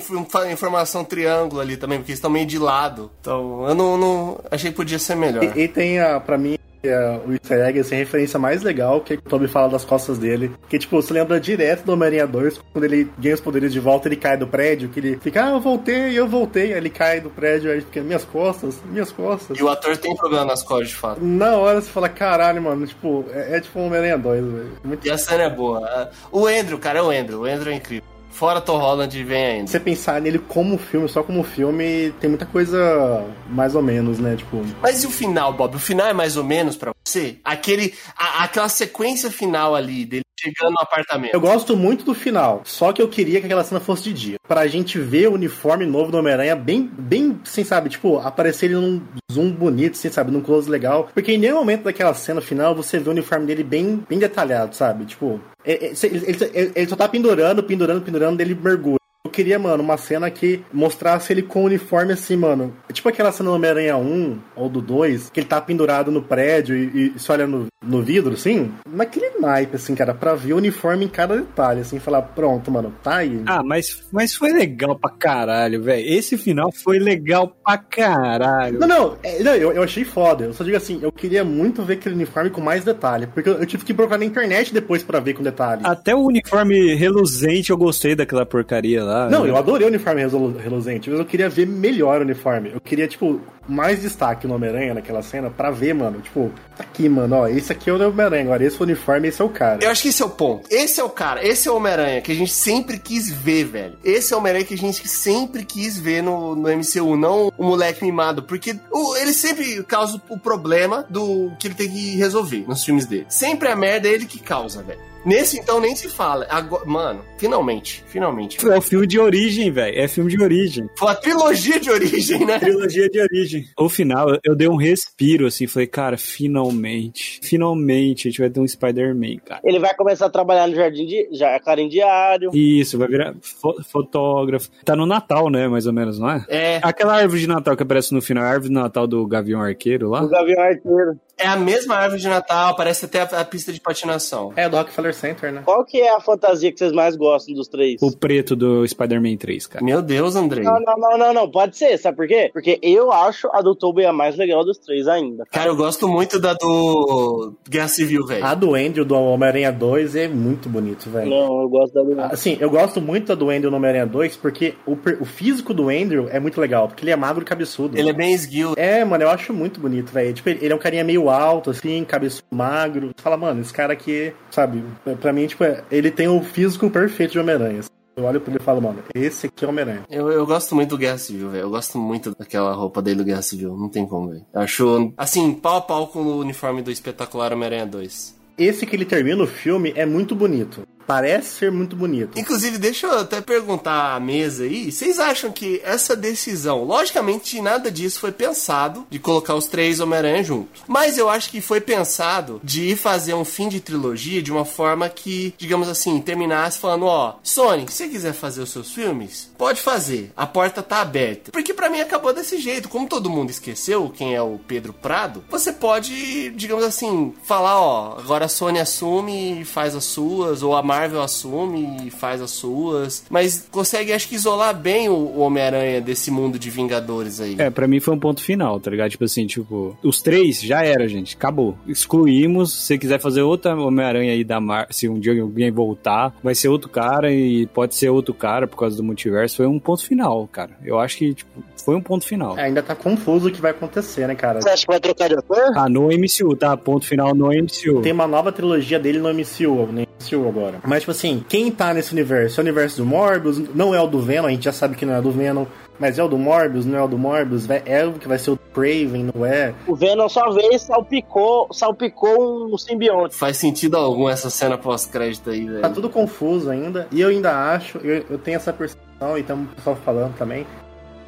[SPEAKER 1] em formação triângulo ali também, porque eles estão meio de lado. Então, eu não, não achei que podia ser melhor.
[SPEAKER 2] E, e tem, a, pra mim, a- o easter egg, assim, a referência mais legal que o Toby fala das costas dele. Que, tipo, você lembra direto do Homem-Aranha 2, quando ele ganha os poderes de volta, ele cai do prédio, que ele fica, ah, eu voltei, eu voltei. Aí ele cai do prédio, aí ele fica, minhas costas, minhas costas.
[SPEAKER 1] E o ator tem problema nas costas, de fato.
[SPEAKER 2] Na hora você fala, caralho, mano, tipo, é, é tipo um Homem-Aranha 2, velho. Muito
[SPEAKER 1] E a cena é boa. O Andrew, cara, é o Andrew. O Andrew é incrível. Fora Tom Holland, vem ainda.
[SPEAKER 2] você pensar nele como filme, só como filme, tem muita coisa mais ou menos, né? Tipo,
[SPEAKER 1] Mas e o final, Bob? O final é mais ou menos pra você? Aquele, a- aquela sequência final ali, dele chegando no apartamento.
[SPEAKER 2] eu gosto muito do final, só que eu queria que aquela cena fosse de dia, pra gente ver o uniforme novo do Homem-Aranha bem, bem, assim, sabe? Tipo, aparecer ele num zoom bonito, assim, sabe? Num close legal, porque em nenhum momento daquela cena final você vê o uniforme dele bem, bem detalhado, sabe? Tipo, é- é- cê- ele, ele- ele só tá pendurando, pendurando, pendurando, dele mergulha. Eu queria, mano, uma cena que mostrasse ele com o uniforme assim, mano. Tipo aquela cena do Homem-Aranha 1 ou do 2, que ele tá pendurado no prédio e, e se olha no, no vidro, assim. Naquele naipe, assim, cara, pra ver o uniforme em cada detalhe, assim, falar, pronto, mano, tá aí.
[SPEAKER 4] Ah, mas, mas foi legal pra caralho, velho. Esse final foi legal pra caralho.
[SPEAKER 2] Não, não, é, não, eu, eu achei foda. Eu só digo assim, eu queria muito ver aquele uniforme com mais detalhe, porque eu, eu tive que procurar na internet depois pra ver com detalhe.
[SPEAKER 4] Até o uniforme reluzente eu gostei daquela porcaria lá.
[SPEAKER 2] Não,
[SPEAKER 4] né?
[SPEAKER 2] eu adorei o uniforme resolu- reluzente, mas eu queria ver melhor o uniforme. Eu queria, tipo, mais destaque no Homem-Aranha naquela cena pra ver, mano. Tipo, tá aqui, mano, ó, esse aqui é o Homem-Aranha agora, esse é o uniforme, esse é o cara.
[SPEAKER 1] Eu acho que esse é o ponto. Esse é o cara, esse é o Homem-Aranha que a gente sempre quis ver, velho. Esse é o Homem-Aranha que a gente sempre quis ver no, no MCU, não o moleque mimado. Porque o- ele sempre causa o problema do que ele tem que resolver nos filmes dele. Sempre a merda é ele que causa, velho. Nesse então nem se fala. Agora- mano, finalmente, finalmente.
[SPEAKER 4] É o filme de origem, velho. É filme de origem.
[SPEAKER 1] Foi a trilogia de origem, né?
[SPEAKER 4] Trilogia de origem. O final, eu- eu dei um respiro, assim. Falei, cara, finalmente. Finalmente a gente vai ter um Spider-Man, cara.
[SPEAKER 5] Ele vai começar a trabalhar no Jardim de já, Clarim Diário.
[SPEAKER 4] Isso, vai virar fo- fotógrafo. Tá no Natal, né? Mais ou menos, não é?
[SPEAKER 1] É,
[SPEAKER 4] Aquela árvore de Natal que aparece no final, a árvore de Natal do Gavião Arqueiro lá.
[SPEAKER 5] O Gavião Arqueiro.
[SPEAKER 1] é a mesma árvore de Natal, parece até a, a pista de patinação.
[SPEAKER 2] É do Rockefeller Center, né?
[SPEAKER 5] Qual que é a fantasia que vocês mais gostam dos três?
[SPEAKER 4] O preto do Spider-Man 3, cara.
[SPEAKER 1] Meu Deus, Andrei.
[SPEAKER 5] Não, não, não, não, não. Pode ser, sabe por quê? Porque eu acho a do Tobey a mais legal dos três ainda.
[SPEAKER 1] Cara, eu gosto muito da do Guerra Civil, velho.
[SPEAKER 2] A do Andrew do Homem-Aranha 2 é muito bonito, velho.
[SPEAKER 5] Não, eu gosto da do.
[SPEAKER 2] Assim, eu gosto muito da do Andrew no Homem-Aranha 2 porque o, per- o físico do Andrew é muito legal, porque ele é magro e cabeçudo.
[SPEAKER 1] Ele é bem esguio.
[SPEAKER 2] É, mano, eu acho muito bonito, velho. Tipo, ele ele é um carinha meio alto, assim, cabeçudo, magro. Você fala, mano, esse cara aqui, sabe? Pra mim, tipo, é- ele tem o físico perfeito de Homem-Aranha. Eu olho pra ele e falo, mano, esse aqui é o Homem-Aranha.
[SPEAKER 1] Eu, eu gosto muito do Guerra Civil, velho. Eu gosto muito daquela roupa dele do Guerra Civil. Não tem como, velho. Eu Acho, assim, pau a pau com o uniforme do espetacular Homem-Aranha 2.
[SPEAKER 2] Esse que ele termina o filme é muito bonito. Parece ser muito bonito.
[SPEAKER 1] Inclusive, deixa eu até perguntar à mesa aí. Vocês acham que essa decisão, logicamente, nada disso foi pensado de colocar os três Homem-Aranha juntos. Mas eu acho que foi pensado de fazer um fim de trilogia de uma forma que, digamos assim, terminasse falando: ó, Sony, se você quiser fazer os seus filmes, pode fazer. A porta tá aberta. Porque pra mim acabou desse jeito. Como todo mundo esqueceu quem é o Pedro Prado, você pode, digamos assim, falar, ó, agora a Sony assume e faz as suas, ou a Marvel assume e faz as suas. Mas consegue, acho que, isolar bem o- o Homem-Aranha desse mundo de Vingadores aí.
[SPEAKER 4] É, pra mim foi um ponto final, tá ligado? Tipo assim, tipo, os três já era, gente, acabou. Excluímos. Se você quiser fazer outra Homem-Aranha aí da Mar, se um dia alguém voltar, vai ser outro cara e pode ser outro cara por causa do multiverso. Foi um ponto final, cara. Eu acho que, tipo, foi um ponto final.
[SPEAKER 2] Ainda tá confuso o que vai acontecer, né, cara?
[SPEAKER 5] Você acha que vai trocar de ator?
[SPEAKER 4] Ah, no MCU, tá? Ponto final no MCU.
[SPEAKER 2] Tem uma nova trilogia dele no MCU, no MCU agora. Mas, tipo assim, quem tá nesse universo? É o universo do Morbius? Não é o do Venom, a gente já sabe que não é o do Venom. Mas é o do Morbius? Não é o do Morbius? Vai- É o que vai ser o Craven, não é?
[SPEAKER 5] O Venom só veio e salpicou, salpicou um simbionte.
[SPEAKER 1] Faz sentido algum essa cena pós-crédito aí,
[SPEAKER 2] Tá
[SPEAKER 1] velho?
[SPEAKER 2] tudo confuso ainda. E eu ainda acho, eu, eu tenho essa percepção, e estamos pessoal falando também,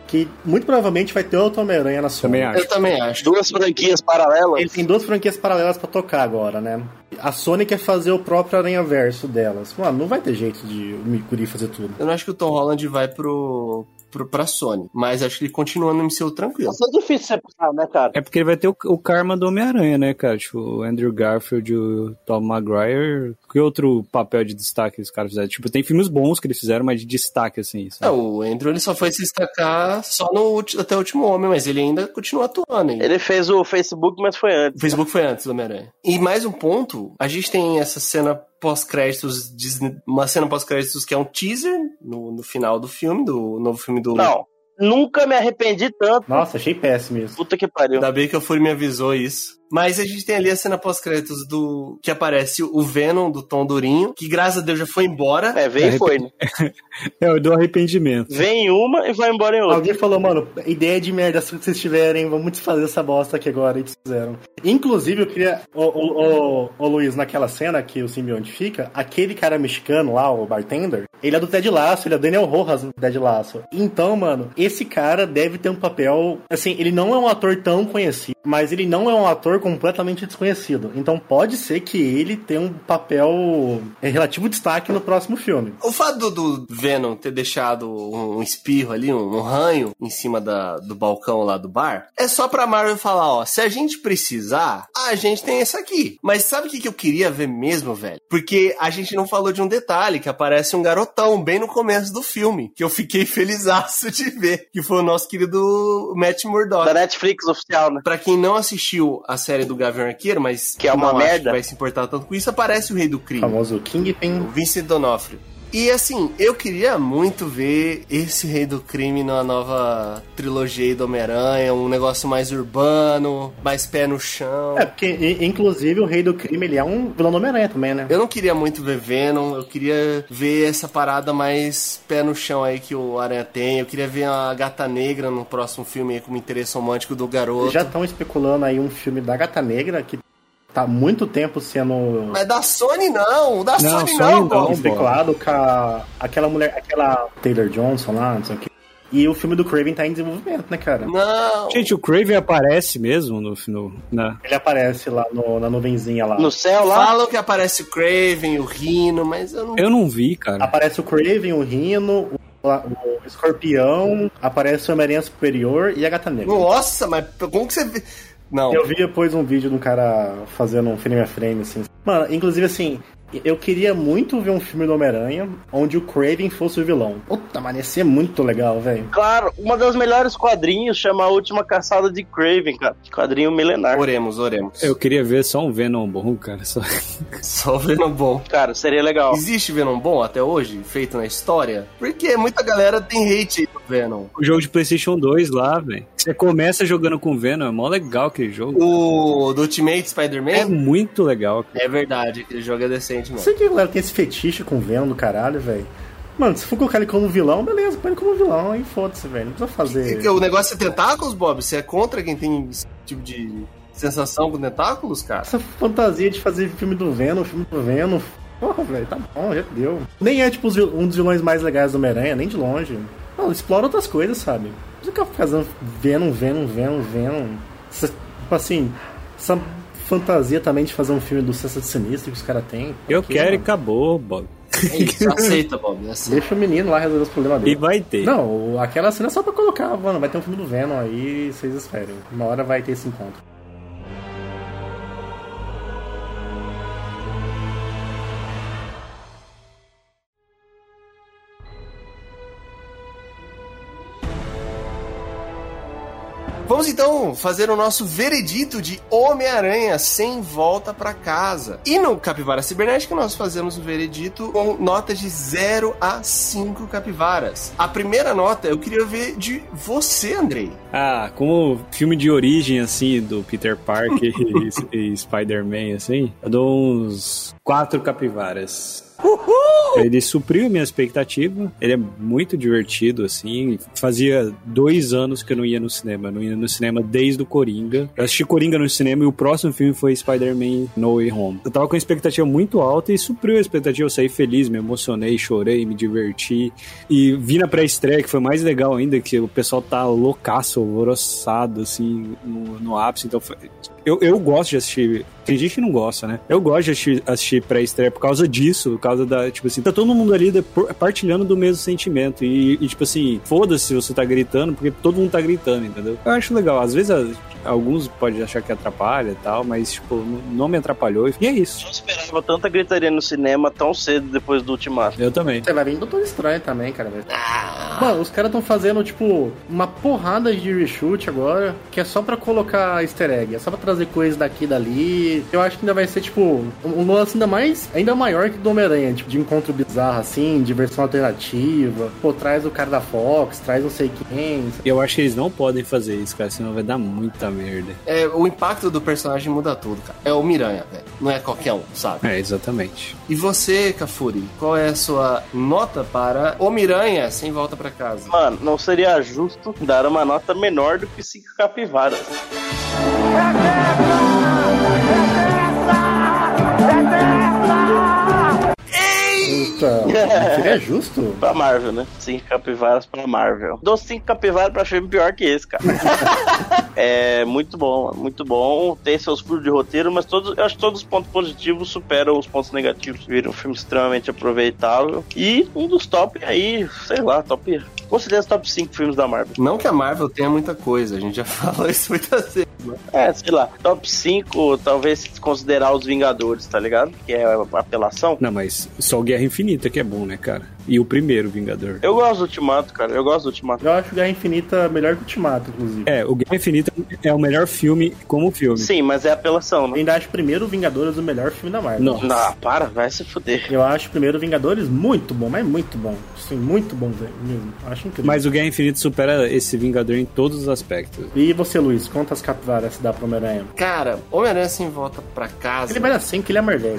[SPEAKER 2] que muito provavelmente vai ter outro Homem-Aranha na Sony.
[SPEAKER 4] Também acho.
[SPEAKER 1] Eu também acho.
[SPEAKER 5] Duas franquias paralelas.
[SPEAKER 2] Ele tem duas franquias paralelas pra tocar agora, né? A Sony quer fazer o próprio Aranha Verso delas. Mano, não vai ter jeito de o Mikuri fazer tudo.
[SPEAKER 1] Eu não acho que o Tom Holland vai pro, pro pra Sony, mas acho que ele continua no MCU tranquilo.
[SPEAKER 5] Vai ser difícil separar, né, cara?
[SPEAKER 4] É porque ele vai ter o, o karma do Homem-Aranha, né, cara? Tipo, o Andrew Garfield, o Tom Maguire. Que outro papel de destaque os caras fizeram? Tipo, tem filmes bons que eles fizeram, mas de destaque, assim. sabe?
[SPEAKER 1] É, o Andrew ele só foi se destacar só no ulti- até o último homem, mas ele ainda continua atuando. Hein?
[SPEAKER 5] Ele fez o Facebook, mas foi antes.
[SPEAKER 1] O Facebook foi antes do Homem-Aranha. E mais um ponto, a gente tem essa cena pós-créditos, Disney- uma cena pós-créditos que é um teaser no, no final do filme, do novo filme do...
[SPEAKER 5] Não, nunca me arrependi tanto.
[SPEAKER 2] Nossa, achei péssimo isso.
[SPEAKER 5] Puta que pariu.
[SPEAKER 1] Ainda bem que o Fury me avisou isso. Mas a gente tem ali a cena pós-créditos do... que aparece o Venom, do Tom Durinho, que graças a Deus já foi embora.
[SPEAKER 5] É, vem e foi. Né?
[SPEAKER 4] É, o do arrependimento.
[SPEAKER 5] Vem em uma e vai embora em outra.
[SPEAKER 2] Alguém falou, mano, ideia de merda se vocês tiverem, vamos desfazer essa bosta aqui agora, e fizeram. Inclusive, eu queria. Ô, ô, ô, ô, Luiz, naquela cena que o simbionte fica, aquele cara mexicano lá, o bartender, ele é do Ted Lasso, ele é o Daniel Rojas do Ted Lasso. Então, mano, esse cara deve ter um papel. Assim, ele não é um ator tão conhecido, mas ele não é um ator completamente desconhecido. Então pode ser que ele tenha um papel em relativo destaque no próximo filme.
[SPEAKER 1] O fato do, do Venom ter deixado um, um espirro ali, um, um ranho em cima da- do balcão lá do bar, é só pra Marvel falar, ó, se a gente precisar, a gente tem esse aqui. Mas sabe o que, que eu queria ver mesmo, velho? Porque a gente não falou de um detalhe, que aparece um garotão bem no começo do filme, que eu fiquei felizaço de ver, que foi o nosso querido Matt Murdock.
[SPEAKER 5] Da Netflix oficial, né?
[SPEAKER 1] Pra quem não assistiu a série do Gavião Arqueiro, mas
[SPEAKER 5] Que é uma
[SPEAKER 1] não acho
[SPEAKER 5] merda.
[SPEAKER 1] que vai se importar tanto com isso, aparece o Rei do
[SPEAKER 2] O
[SPEAKER 1] Crime
[SPEAKER 2] famoso Kingpin.
[SPEAKER 1] o Vincent Donofrio. E assim, eu queria muito ver esse Rei do Crime na nova trilogia aí do Homem-Aranha, um negócio mais urbano, mais pé no chão.
[SPEAKER 2] É, porque i- inclusive o Rei do Crime ele é um vilão do Homem-Aranha também, né?
[SPEAKER 1] Eu não queria muito ver Venom, eu queria ver essa parada mais pé no chão aí que o Aranha tem. Eu queria ver a Gata Negra no próximo filme aí como interesse romântico do garoto.
[SPEAKER 2] Eles já estão especulando aí um filme da Gata Negra que tá há muito tempo sendo
[SPEAKER 1] Mas da Sony não, da
[SPEAKER 4] Não,
[SPEAKER 1] Sony
[SPEAKER 4] Sony
[SPEAKER 1] não,
[SPEAKER 4] não.
[SPEAKER 1] pô.
[SPEAKER 2] especulado com a- aquela mulher, aquela Taylor Johnson lá, não sei o que. E o filme do Craven tá em desenvolvimento, né, cara?
[SPEAKER 1] Não.
[SPEAKER 4] Gente, o Craven aparece mesmo no final. Na...
[SPEAKER 2] Ele aparece lá no- na nuvenzinha lá.
[SPEAKER 5] No céu lá.
[SPEAKER 1] Falam que aparece o Craven, o Rhino, mas eu não
[SPEAKER 4] Eu não vi, cara.
[SPEAKER 2] Aparece o Craven, o Rino, o, o Escorpião, aparece o Homem-Aranha Superior e a Gata Negra.
[SPEAKER 1] Nossa, mas como que você vê? Não.
[SPEAKER 2] Eu vi depois um vídeo de um cara fazendo um frame a frame, assim. Mano, inclusive assim, eu queria muito ver um filme do Homem-Aranha onde o Craven fosse o vilão. Puta, mano, ia ser muito legal, velho.
[SPEAKER 5] Claro, uma das melhores quadrinhos chama A Última Caçada de Craven, cara. Quadrinho milenar.
[SPEAKER 1] Oremos, oremos.
[SPEAKER 4] Eu queria ver só um Venom bom, cara. Só...
[SPEAKER 1] Só o Venom bom.
[SPEAKER 5] Cara, seria legal.
[SPEAKER 1] Existe Venom bom até hoje, feito na história? Porque muita galera tem hate aí do Venom.
[SPEAKER 4] O jogo de PlayStation 2 lá, velho. Você começa jogando com Venom, é mó legal aquele jogo.
[SPEAKER 1] O do Ultimate
[SPEAKER 4] É
[SPEAKER 1] Spider-Man?
[SPEAKER 4] muito legal, cara.
[SPEAKER 1] É. verdade, aquele jogo é decente
[SPEAKER 2] Não
[SPEAKER 1] mesmo.
[SPEAKER 2] sei que a galera tem esse fetiche com o Venom do caralho, velho. Mano, se for colocar ele como vilão, beleza, põe ele como vilão, aí foda-se, velho. Não precisa fazer.
[SPEAKER 1] Porque O negócio é tentáculos, Bob? Você é contra quem tem esse tipo de sensação com tentáculos, cara?
[SPEAKER 2] Essa fantasia de fazer filme do Venom, filme do Venom. Porra, velho, tá bom, já deu. Nem é, tipo, os vil- um dos vilões mais legais do Homem-Aranha, nem de longe. Não, explora outras coisas, sabe? Não fica fazendo Venom, Venom, Venom, Venom. Essa- Tipo assim, essa fantasia também de fazer um filme do Sexta Sinistro que os caras têm. Pra
[SPEAKER 4] Eu
[SPEAKER 2] quê,
[SPEAKER 4] quero e
[SPEAKER 2] mano?
[SPEAKER 4] acabou, Bob.
[SPEAKER 1] É isso, aceita, Bob, aceita.
[SPEAKER 2] Deixa o menino lá resolver os problemas
[SPEAKER 4] E
[SPEAKER 2] dele.
[SPEAKER 4] vai ter.
[SPEAKER 2] Não, o- aquela cena é só pra colocar, mano, vai ter um filme do Venom aí, vocês esperem. Uma hora vai ter esse encontro.
[SPEAKER 1] Vamos então fazer o nosso veredito de Homem-Aranha sem volta pra casa. E no Capivara Cibernética nós fazemos o veredito com notas de 0 a 5 capivaras. A primeira nota eu queria ver de você, Andrei.
[SPEAKER 4] Ah, como filme de origem, assim, do Peter Parker e, e Spider-Man, assim, eu dou uns quatro capivaras. Uhul! Ele supriu minha expectativa, ele é muito divertido, assim. Fazia dois anos que eu não ia no cinema, não ia no cinema desde o Coringa. Eu assisti Coringa no cinema e o próximo filme foi Spider-Man No Way Home. Eu tava com a expectativa muito alta e supriu a expectativa. Eu saí feliz, me emocionei, chorei, me diverti. E vi na pré-estreia, que foi mais legal ainda, que o pessoal tá loucaço, alvoroçado, assim, no, no ápice. Então, foi- eu, eu gosto de assistir. Tem gente que não gosta, né? Eu gosto de assistir, assistir pré-estreia por causa disso, por causa da. Tipo assim, tá todo mundo ali de- por- partilhando do mesmo sentimento. E, e, tipo assim, foda-se se você tá gritando, porque todo mundo tá gritando, entendeu? Eu acho legal. Às vezes, a- alguns podem achar que atrapalha e tal, mas, tipo, n- não me atrapalhou. E é isso.
[SPEAKER 5] Não esperava tanta gritaria no cinema tão cedo depois do Ultimato.
[SPEAKER 4] Eu também.
[SPEAKER 2] Você vai vir Doutor Estranho também, cara. velho. Mano, os caras estão fazendo, tipo, uma porrada de reshoot agora, que é só pra colocar easter egg, é só pra trazer coisas daqui e dali. Eu acho que ainda vai ser, tipo, um- um lance ainda mais, ainda maior que do Homem-Aranha, tipo, de encontro bizarro, assim, de versão alternativa. Pô, traz o cara da Fox, traz não sei quem. sabe?
[SPEAKER 4] Eu acho que eles não podem fazer isso, cara, senão vai dar muita merda.
[SPEAKER 1] É, o impacto do personagem muda tudo, cara. É o Miranha, velho. Não é qualquer um, sabe?
[SPEAKER 4] É, exatamente.
[SPEAKER 1] E você, Cafuri, qual é a sua nota para O Miranha sem volta pra casa?
[SPEAKER 5] Mano, não seria justo dar uma nota menor do que cinco capivaras.
[SPEAKER 2] Puta, É justo?
[SPEAKER 5] Pra Marvel, né? Cinco capivaras pra Marvel. Dou cinco capivaras pra filme pior que esse, cara. é muito bom, muito bom. Tem seus furos de roteiro, mas todos, eu acho que todos os pontos positivos superam os pontos negativos. Vira um filme extremamente aproveitável. E um dos top aí, sei lá, top. Considera os top 5 filmes da Marvel.
[SPEAKER 1] Não que a Marvel tenha muita coisa, a gente já falou isso muitas vezes.
[SPEAKER 5] É, sei lá, top 5, talvez se considerar os Vingadores, tá ligado? Que é a apelação.
[SPEAKER 4] Não, mas só o Guerra Infinita que é bom, né, cara? E o primeiro Vingador.
[SPEAKER 5] Eu gosto do Ultimato, cara. Eu gosto do Ultimato.
[SPEAKER 2] Eu acho Guerra Infinita melhor que o Ultimato, inclusive.
[SPEAKER 4] É, o Guerra Infinita é o melhor filme como filme.
[SPEAKER 5] Sim, mas é apelação,
[SPEAKER 2] Eu
[SPEAKER 5] né?
[SPEAKER 2] ainda acho primeiro Vingadores o melhor filme da Marvel.
[SPEAKER 4] Não.
[SPEAKER 5] Não, para, vai se fuder.
[SPEAKER 2] Eu acho primeiro Vingadores muito bom, mas muito bom. Sim, muito bom mesmo. Acho incrível.
[SPEAKER 4] Mas o Guerra Infinita supera esse Vingador em todos os aspectos.
[SPEAKER 2] E você, Luiz, quantas capivaras se dá pro Homem-Aranha?
[SPEAKER 1] Cara, Homem-Aranha sem volta pra casa.
[SPEAKER 2] Ele vai dar 100, que ele é Marvel.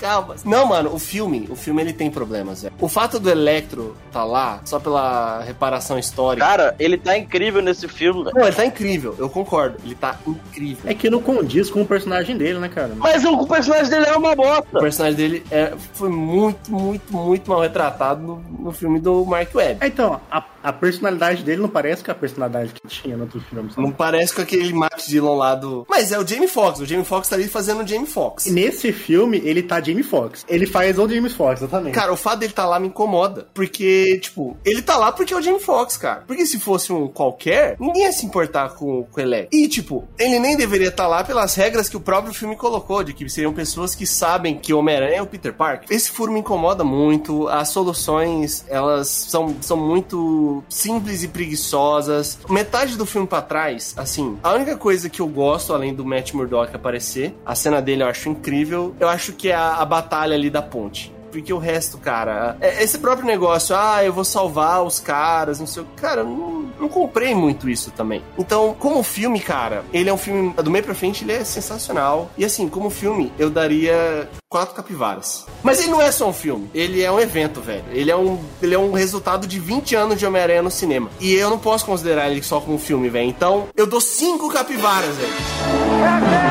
[SPEAKER 1] Calma. Não, mano, o filme, o filme ele tem problemas, velho. O fato do Electro tá lá, só pela reparação histórica.
[SPEAKER 5] Cara, ele tá incrível nesse filme, velho.
[SPEAKER 1] Não, ele tá incrível, eu concordo. Ele tá incrível.
[SPEAKER 2] é que não condiz com o personagem dele, né, cara?
[SPEAKER 5] Mas o personagem dele é uma
[SPEAKER 1] O
[SPEAKER 5] bosta.
[SPEAKER 1] personagem dele é- foi muito, muito, muito mal retratado no, no filme do Mark Webb.
[SPEAKER 2] É, Então, a, a personalidade dele não parece com a personalidade que tinha no outro filme. sabe?
[SPEAKER 1] Não parece com aquele Matt Dillon lá do. Mas é o Jamie Foxx. O Jamie Foxx tá ali fazendo o Jamie Foxx.
[SPEAKER 2] E Nesse filme, ele tá Jamie Foxx. Ele faz o Jamie Foxx, exatamente.
[SPEAKER 1] Cara, o fato dele tá lá me incomoda. Porque, tipo, ele tá lá porque é o Jamie Foxx, cara. Porque se fosse um qualquer, ninguém ia se importar com, com o Elec. E, tipo, ele nem deveria estar tá lá pelas regras que o próprio filme colocou, de que seriam pessoas que sabem que Homem-Aranha é o Peter Parker. Esse furo me incomoda muito. As soluções, elas são, são muito simples e preguiçosas. Metade do filme pra trás, assim, a única coisa que eu gosto, além do Matt Murdock aparecer, a cena dele eu acho incrível. Eu acho que é a- a batalha ali da ponte. Porque o resto, cara, é- esse próprio negócio, ah, eu vou salvar os caras, não sei o que. Cara, eu não, não comprei muito isso também. Então, como filme, cara, ele é um filme, do meio pra frente, ele é sensacional. E assim, como filme, eu daria quatro capivaras. Mas ele não é só um filme, ele é um evento, velho. Ele é um, ele é um resultado de 20 anos de Homem-Aranha no cinema. E eu não posso considerar ele só como filme, velho. Então, eu dou cinco capivaras, velho.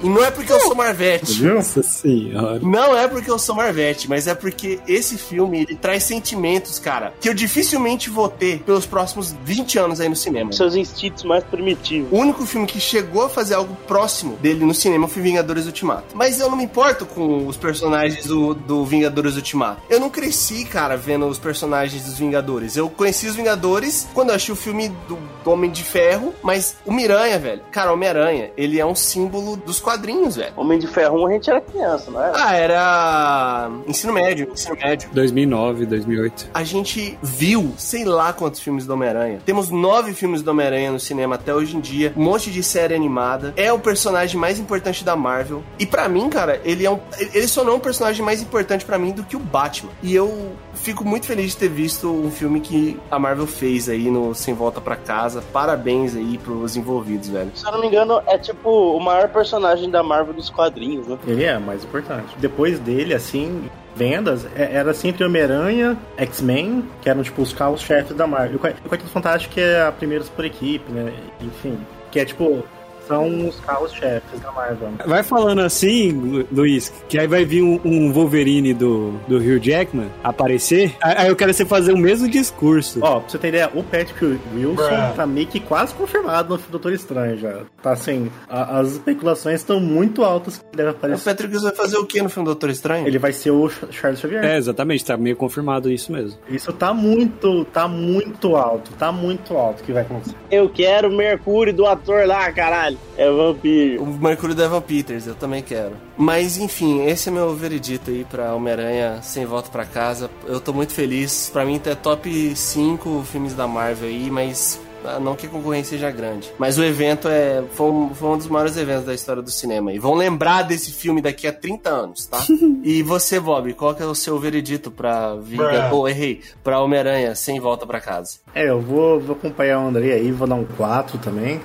[SPEAKER 1] E não é porque eu sou Marvete.
[SPEAKER 4] Nossa senhora.
[SPEAKER 1] Não é porque eu sou Marvete, mas é porque esse filme ele traz sentimentos, cara, que eu dificilmente vou ter pelos próximos 20 anos aí no cinema.
[SPEAKER 5] Seus instintos mais primitivos.
[SPEAKER 1] O único filme que chegou a fazer algo próximo dele no cinema foi Vingadores Ultimato. Mas eu não me importo com os personagens do, do Vingadores Ultimato. Eu não cresci, cara, vendo os personagens dos Vingadores. Eu conheci os Vingadores quando eu achei o filme do, do Homem de Ferro, mas o Miranha, velho. Cara, o Homem-Aranha, ele é um símbolo dos quadrinhos, velho.
[SPEAKER 5] Homem de Ferro 1, a gente era criança, não era?
[SPEAKER 1] Ah, era ensino médio, ensino médio.
[SPEAKER 4] 2009, 2008.
[SPEAKER 1] A gente viu sei lá quantos filmes do Homem-Aranha. Temos nove filmes do Homem-Aranha no cinema até hoje em dia. Um monte de série animada. É o personagem mais importante da Marvel. E pra mim, cara, ele é um. Ele só não é um personagem mais importante pra mim do que o Batman. E eu fico muito feliz de ter visto um filme que a Marvel fez aí no Sem Volta Pra Casa. Parabéns aí pros envolvidos, velho.
[SPEAKER 5] Se eu não me engano, é tipo o maior personagem da Marvel dos quadrinhos, né?
[SPEAKER 2] Ele é mais importante. Depois dele, assim, vendas, é- era sempre Homem-Aranha, X-Men, que eram, tipo, os carros-chefes da Marvel. O Qua- o Quarteto Fantástico é a primeiros por equipe, né? Enfim, que é, tipo, são os carros-chefes da Marvel.
[SPEAKER 4] Vai falando assim, Lu- Luiz, que aí vai vir um, um Wolverine do, do Hugh Jackman aparecer. Aí aí eu quero você fazer o mesmo discurso.
[SPEAKER 2] Ó, pra você ter ideia, o Patrick Wilson tá meio que quase confirmado no Doutor Estranho já. Tá assim, a- as especulações estão muito altas que ele deve
[SPEAKER 1] O
[SPEAKER 2] aparecer.
[SPEAKER 1] Patrick Wilson vai fazer o que no filme Doutor Estranho?
[SPEAKER 2] Ele vai ser o Ch- Charles Xavier.
[SPEAKER 4] É, exatamente, tá meio confirmado isso mesmo.
[SPEAKER 2] Isso tá muito, tá muito alto, tá muito alto que vai acontecer.
[SPEAKER 5] Eu quero o Mercúrio do ator lá, caralho. É vampiro.
[SPEAKER 1] O Mercúrio do Evan Peters, eu também quero. Mas enfim, esse é meu veredito aí pra Homem-Aranha sem volta pra casa. Eu tô muito feliz. Pra mim tá top 5 filmes da Marvel aí, mas ah, não que a concorrência seja grande. Mas o evento é foi um, foi um dos maiores eventos da história do cinema. E vão lembrar desse filme daqui a 30 anos, tá? e você, Bob, qual que é o seu veredito pra Vinga... Oh, errei. Pra Homem-Aranha sem volta pra casa.
[SPEAKER 2] É, eu vou, vou acompanhar o André aí, vou dar um 4 também.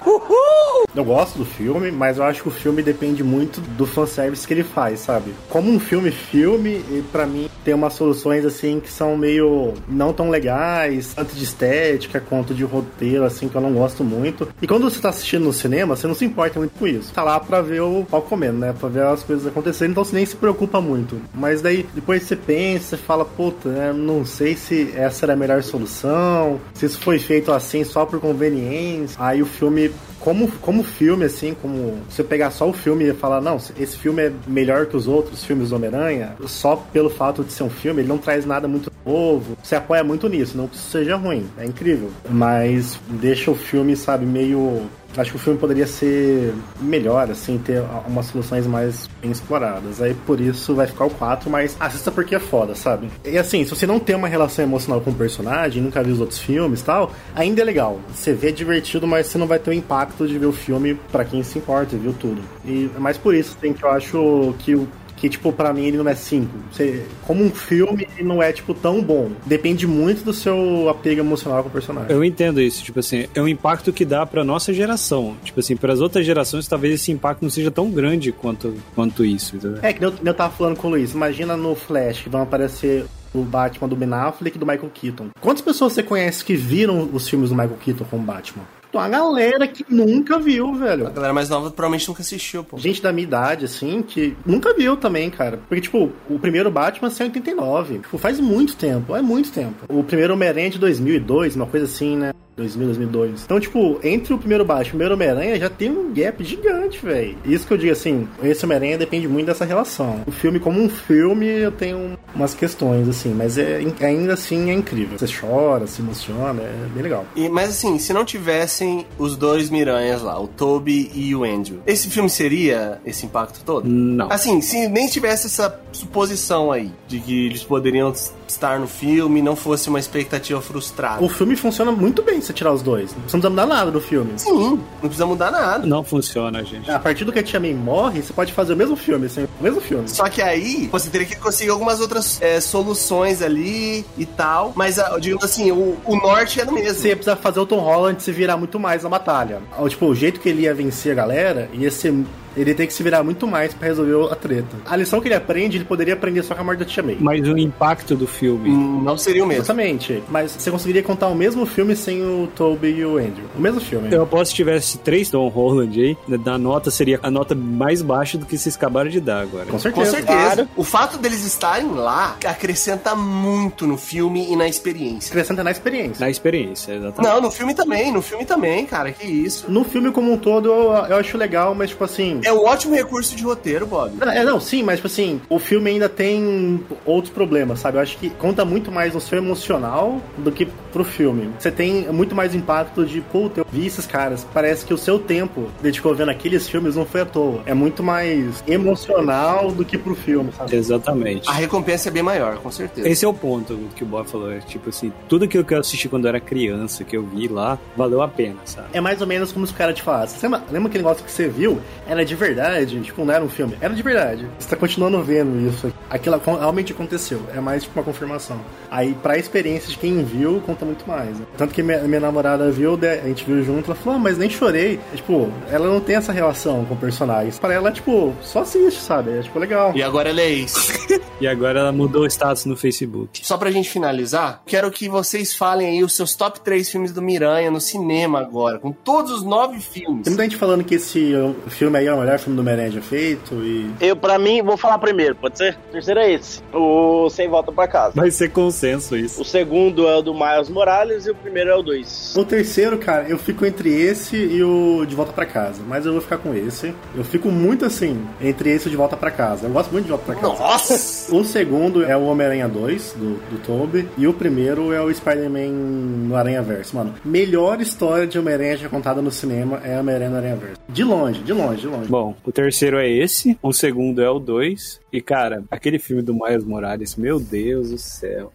[SPEAKER 2] Eu gosto do filme, mas eu acho que o filme depende muito do fanservice que ele faz, sabe? Como um filme filme, e pra mim tem umas soluções assim que são meio não tão legais, tanto de estética quanto de roteiro, assim, que eu não gosto muito. E quando você tá assistindo no cinema, você não se importa muito com isso. Tá lá pra ver o pau comendo, né? Pra ver as coisas acontecendo, então você nem se preocupa muito. Mas daí, depois você pensa, você fala, puta, né, não sei se essa era a melhor solução, se isso foi feito assim só por conveniência. Aí o filme como, como filme, assim, como se eu pegar só o filme e falar, não, esse filme é melhor que os outros filmes do Homem-Aranha, só pelo fato de ser um filme, ele não traz nada muito novo. Se apoia muito nisso, não que isso seja ruim, é incrível. Mas deixa o filme, sabe, meio. Acho que o filme poderia ser melhor, assim, ter a- umas soluções mais bem exploradas. Aí por isso vai ficar o 4, mas assista porque é foda, sabe? E assim, se você não tem uma relação emocional com o personagem, nunca viu os outros filmes e tal, ainda é legal. Você vê é divertido, mas você não vai ter o impacto de ver o filme pra quem se importa, e viu tudo. E é mais por isso, tem que eu acho que o que, tipo, pra mim ele não é 5. Como um filme, ele não é, tipo, tão bom. Depende muito do seu apego emocional com o personagem.
[SPEAKER 4] Eu entendo isso, tipo assim, é um impacto que dá pra nossa geração. Tipo assim, para as outras gerações talvez esse impacto não seja tão grande quanto, quanto isso, entendeu?
[SPEAKER 2] É, que nem eu, nem eu tava falando com o Luiz. Imagina no Flash que vão aparecer o Batman do Ben Affleck e do Michael Keaton. Quantas pessoas você conhece que viram os filmes do Michael Keaton como Batman? Tem Uma galera que nunca viu, velho.
[SPEAKER 1] A galera mais nova provavelmente nunca assistiu, pô.
[SPEAKER 2] Gente da minha idade, assim, que nunca viu também, cara. Porque, tipo, o primeiro Batman saiu em 89. Tipo, faz muito tempo, é muito tempo. O primeiro Homem-Aranha é de 2002, uma coisa assim, né? 2000, 2002. Então, tipo, entre o primeiro Batman e o primeiro Homem-Aranha já tem um gap gigante, velho. Isso que eu digo, assim, esse Homem-Aranha depende muito dessa relação. O filme, como um filme, eu tenho um, umas questões, assim, mas é, ainda assim é incrível. Você chora, se emociona, é bem legal.
[SPEAKER 1] E- mas assim, se não tivessem os dois Miranhas lá, o Toby e o Andrew, esse filme seria esse impacto todo?
[SPEAKER 4] Não.
[SPEAKER 1] Assim, se nem tivesse essa suposição aí de que eles poderiam s- estar no filme, não fosse uma expectativa frustrada.
[SPEAKER 2] O filme funciona muito bem se você tirar os dois. Não precisa mudar nada do filme.
[SPEAKER 1] Sim, não precisa mudar nada.
[SPEAKER 4] Não funciona, gente.
[SPEAKER 2] A partir do que a Tia May morre, você pode fazer o mesmo filme, assim, o mesmo filme.
[SPEAKER 1] Só que aí você teria que conseguir algumas outras é, soluções ali e tal. Mas, ah, digamos assim, o, o norte era o mesmo.
[SPEAKER 2] Você ia precisar fazer o Tom Holland se virar muito mais na batalha. Ou, Tipo, o jeito que ele ia vencer a galera ia ser. Ele ia ter que se virar muito mais pra resolver a treta. A lição que ele aprende, ele poderia aprender só com a morte da Tia May.
[SPEAKER 4] Mas o impacto do filme.
[SPEAKER 1] Hum, Não seria o mesmo.
[SPEAKER 2] Exatamente. Mas você conseguiria contar o mesmo filme sem o Toby e o Andrew. O mesmo filme.
[SPEAKER 4] Eu aposto que tivesse três Tom Holland aí, da nota seria a nota mais baixa do que vocês acabaram de dar agora.
[SPEAKER 2] Com certeza.
[SPEAKER 1] Com certeza.
[SPEAKER 5] Claro.
[SPEAKER 1] O fato deles estarem lá acrescenta muito no filme e na experiência.
[SPEAKER 2] Acrescenta na experiência.
[SPEAKER 4] Na experiência, exatamente.
[SPEAKER 1] Não, no filme também, no filme também, cara, que isso.
[SPEAKER 2] No filme como um todo, eu, eu acho legal, mas tipo assim.
[SPEAKER 1] É um ótimo recurso de roteiro, Bob.
[SPEAKER 2] É, não, sim, mas, tipo assim, o filme ainda tem outros problemas, sabe? Eu acho que conta muito mais no seu emocional do que pro filme. Você tem muito mais impacto de, puta, eu vi esses caras. Parece que o seu tempo dedicou vendo aqueles filmes não foi à toa. É muito mais emocional do que pro filme, sabe?
[SPEAKER 4] Exatamente.
[SPEAKER 1] A recompensa é bem maior, com certeza.
[SPEAKER 4] Esse é o ponto que o Bob falou. É tipo assim, tudo aquilo que eu assisti quando eu era criança, que eu vi lá, valeu a pena, sabe?
[SPEAKER 2] É mais ou menos como os caras te falassem. Você lembra, lembra aquele negócio que você viu? Era de verdade? Tipo, não era um filme. Era de verdade. Você tá continuando vendo isso. Aquilo acon- realmente aconteceu. É mais tipo uma confirmação. Aí, pra experiência de quem viu, conta muito mais. né? Tanto que minha, minha namorada viu, de- a gente viu junto, ela falou, ah, mas nem chorei. É, tipo, ela não tem essa relação com personagens. Pra ela, tipo, só assiste, sabe? É tipo, legal.
[SPEAKER 1] E agora ela é ex.
[SPEAKER 4] E agora ela mudou o status no Facebook.
[SPEAKER 1] Só pra gente finalizar, quero que vocês falem aí os seus top 3 filmes do Miranha no cinema agora, com todos os nove filmes.
[SPEAKER 2] Tem muita gente falando que esse ó, filme aí é o melhor filme do Homem-Aranha já feito e...
[SPEAKER 5] Eu, pra mim, vou falar primeiro, pode ser? O terceiro é esse. O Sem Volta pra Casa.
[SPEAKER 4] Vai ser consenso isso.
[SPEAKER 5] O segundo é o do Miles Morales e o primeiro é o 2.
[SPEAKER 2] O terceiro, cara, eu fico entre esse e o De Volta Pra Casa, mas eu vou ficar com esse. Eu fico muito assim, entre esse e o De Volta Pra Casa. Eu gosto muito de Volta Pra Casa.
[SPEAKER 1] Nossa!
[SPEAKER 2] O segundo é o Homem-Aranha 2, do, do Tobey, e o primeiro é o Spider-Man no Aranha-Verso. Mano, melhor história de Homem-Aranha já contada no cinema é Homem-Aranha no Aranha-Verso. De longe, de longe, de longe.
[SPEAKER 4] Bom, o terceiro é esse, o segundo é o dois e cara, aquele filme do Miles Morales, meu Deus do céu.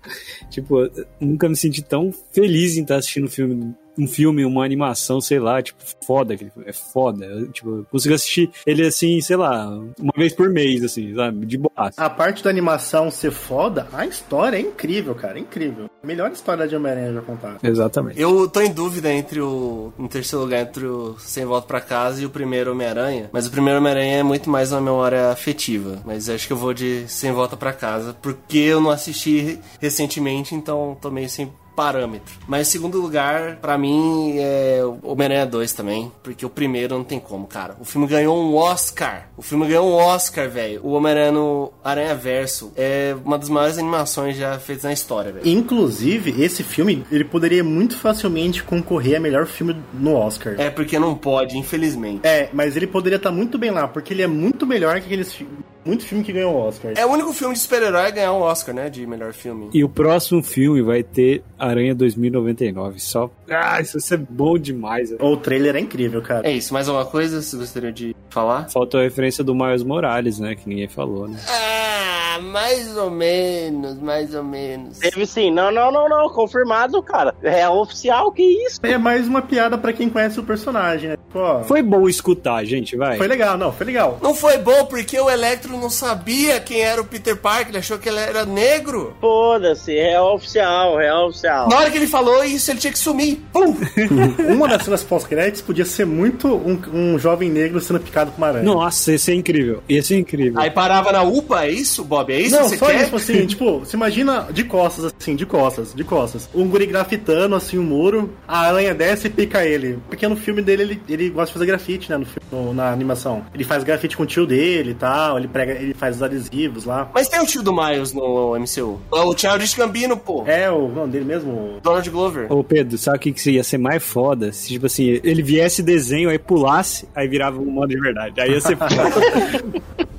[SPEAKER 4] Tipo, eu nunca me senti tão feliz em estar tá assistindo um filme um filme, uma animação, sei lá, tipo, foda, aquele filme, é foda. Eu, tipo, eu consigo assistir ele assim, sei lá, uma vez por mês, assim, sabe? De boa.
[SPEAKER 2] A parte da animação ser foda, a história é incrível, cara. É incrível. Melhor história de Homem-Aranha já contada.
[SPEAKER 4] Exatamente.
[SPEAKER 1] Eu tô em dúvida entre o. Em terceiro lugar, entre o Sem Volta Pra Casa e o primeiro Homem-Aranha. Mas o primeiro Homem-Aranha é muito mais uma memória afetiva. Mas acho que eu vou de Sem Volta Pra Casa. Porque eu não assisti recentemente, então tô meio sem parâmetro. Mas segundo lugar, pra mim, é o Homem-Aranha 2 também. Porque o primeiro não tem como, cara. O filme ganhou um Oscar. O filme ganhou um Oscar, velho. O Homem-Aranha no Aranha Verso é uma das maiores animações já feitas na história, velho.
[SPEAKER 2] Inclusive, esse filme, ele poderia muito facilmente concorrer a melhor filme no Oscar.
[SPEAKER 1] É porque não pode, infelizmente.
[SPEAKER 2] É, mas ele poderia estar muito bem lá, porque ele é muito melhor que aqueles fi- muito filme que ganhou o Oscar.
[SPEAKER 1] É o único filme de super-herói a ganhar um Oscar, né? De melhor filme.
[SPEAKER 4] E o próximo filme vai ter Aranha 2099. Só. Ah, isso vai ser bom demais. né?
[SPEAKER 2] O trailer é incrível, cara.
[SPEAKER 1] É isso, mais alguma coisa vocês gostariam de falar?
[SPEAKER 4] Faltou a referência do Miles Morales, né? Que ninguém falou, né?
[SPEAKER 1] Ah, mais ou menos, mais ou menos.
[SPEAKER 5] Teve sim. Não, não, não, não. Confirmado, cara. É oficial, que isso?
[SPEAKER 2] É mais uma piada pra quem conhece o personagem, né? Tipo, ó,
[SPEAKER 4] Foi bom escutar, gente, vai.
[SPEAKER 2] foi legal, não, foi legal.
[SPEAKER 1] Não foi bom porque o Electro não sabia quem era o Peter Parker, ele achou que ele era negro.
[SPEAKER 5] Foda-se. É oficial, é oficial.
[SPEAKER 1] Na hora que ele falou isso, ele tinha que sumir. Pum!
[SPEAKER 2] Uma das cenas pós-créditos podia ser muito um, um jovem negro sendo picado por uma aranha.
[SPEAKER 4] Nossa, ia ser incrível. Ia ser incrível.
[SPEAKER 1] Aí parava na UPA, é isso, Bob? É isso
[SPEAKER 2] Não,
[SPEAKER 1] que você
[SPEAKER 2] só
[SPEAKER 1] quer?
[SPEAKER 2] isso, assim, tipo, se imagina de costas, assim, de costas, de costas. Um guri grafitando, assim, um muro, a aranha desce e pica ele. Porque no filme dele, ele, ele gosta de fazer grafite, né, no filme, no- na animação. Ele faz grafite com o tio dele e tal, ele prega, ele faz os adesivos lá.
[SPEAKER 1] Mas tem o tio do Miles no MCU. É O Childish Gambino, pô.
[SPEAKER 2] É o nome dele mesmo?
[SPEAKER 1] Donald Glover.
[SPEAKER 4] Ô Pedro, sabe o que, que ia ser mais foda? Se, tipo assim, ele viesse desenho, aí pulasse, aí virava um modo de verdade. Aí ia ser foda.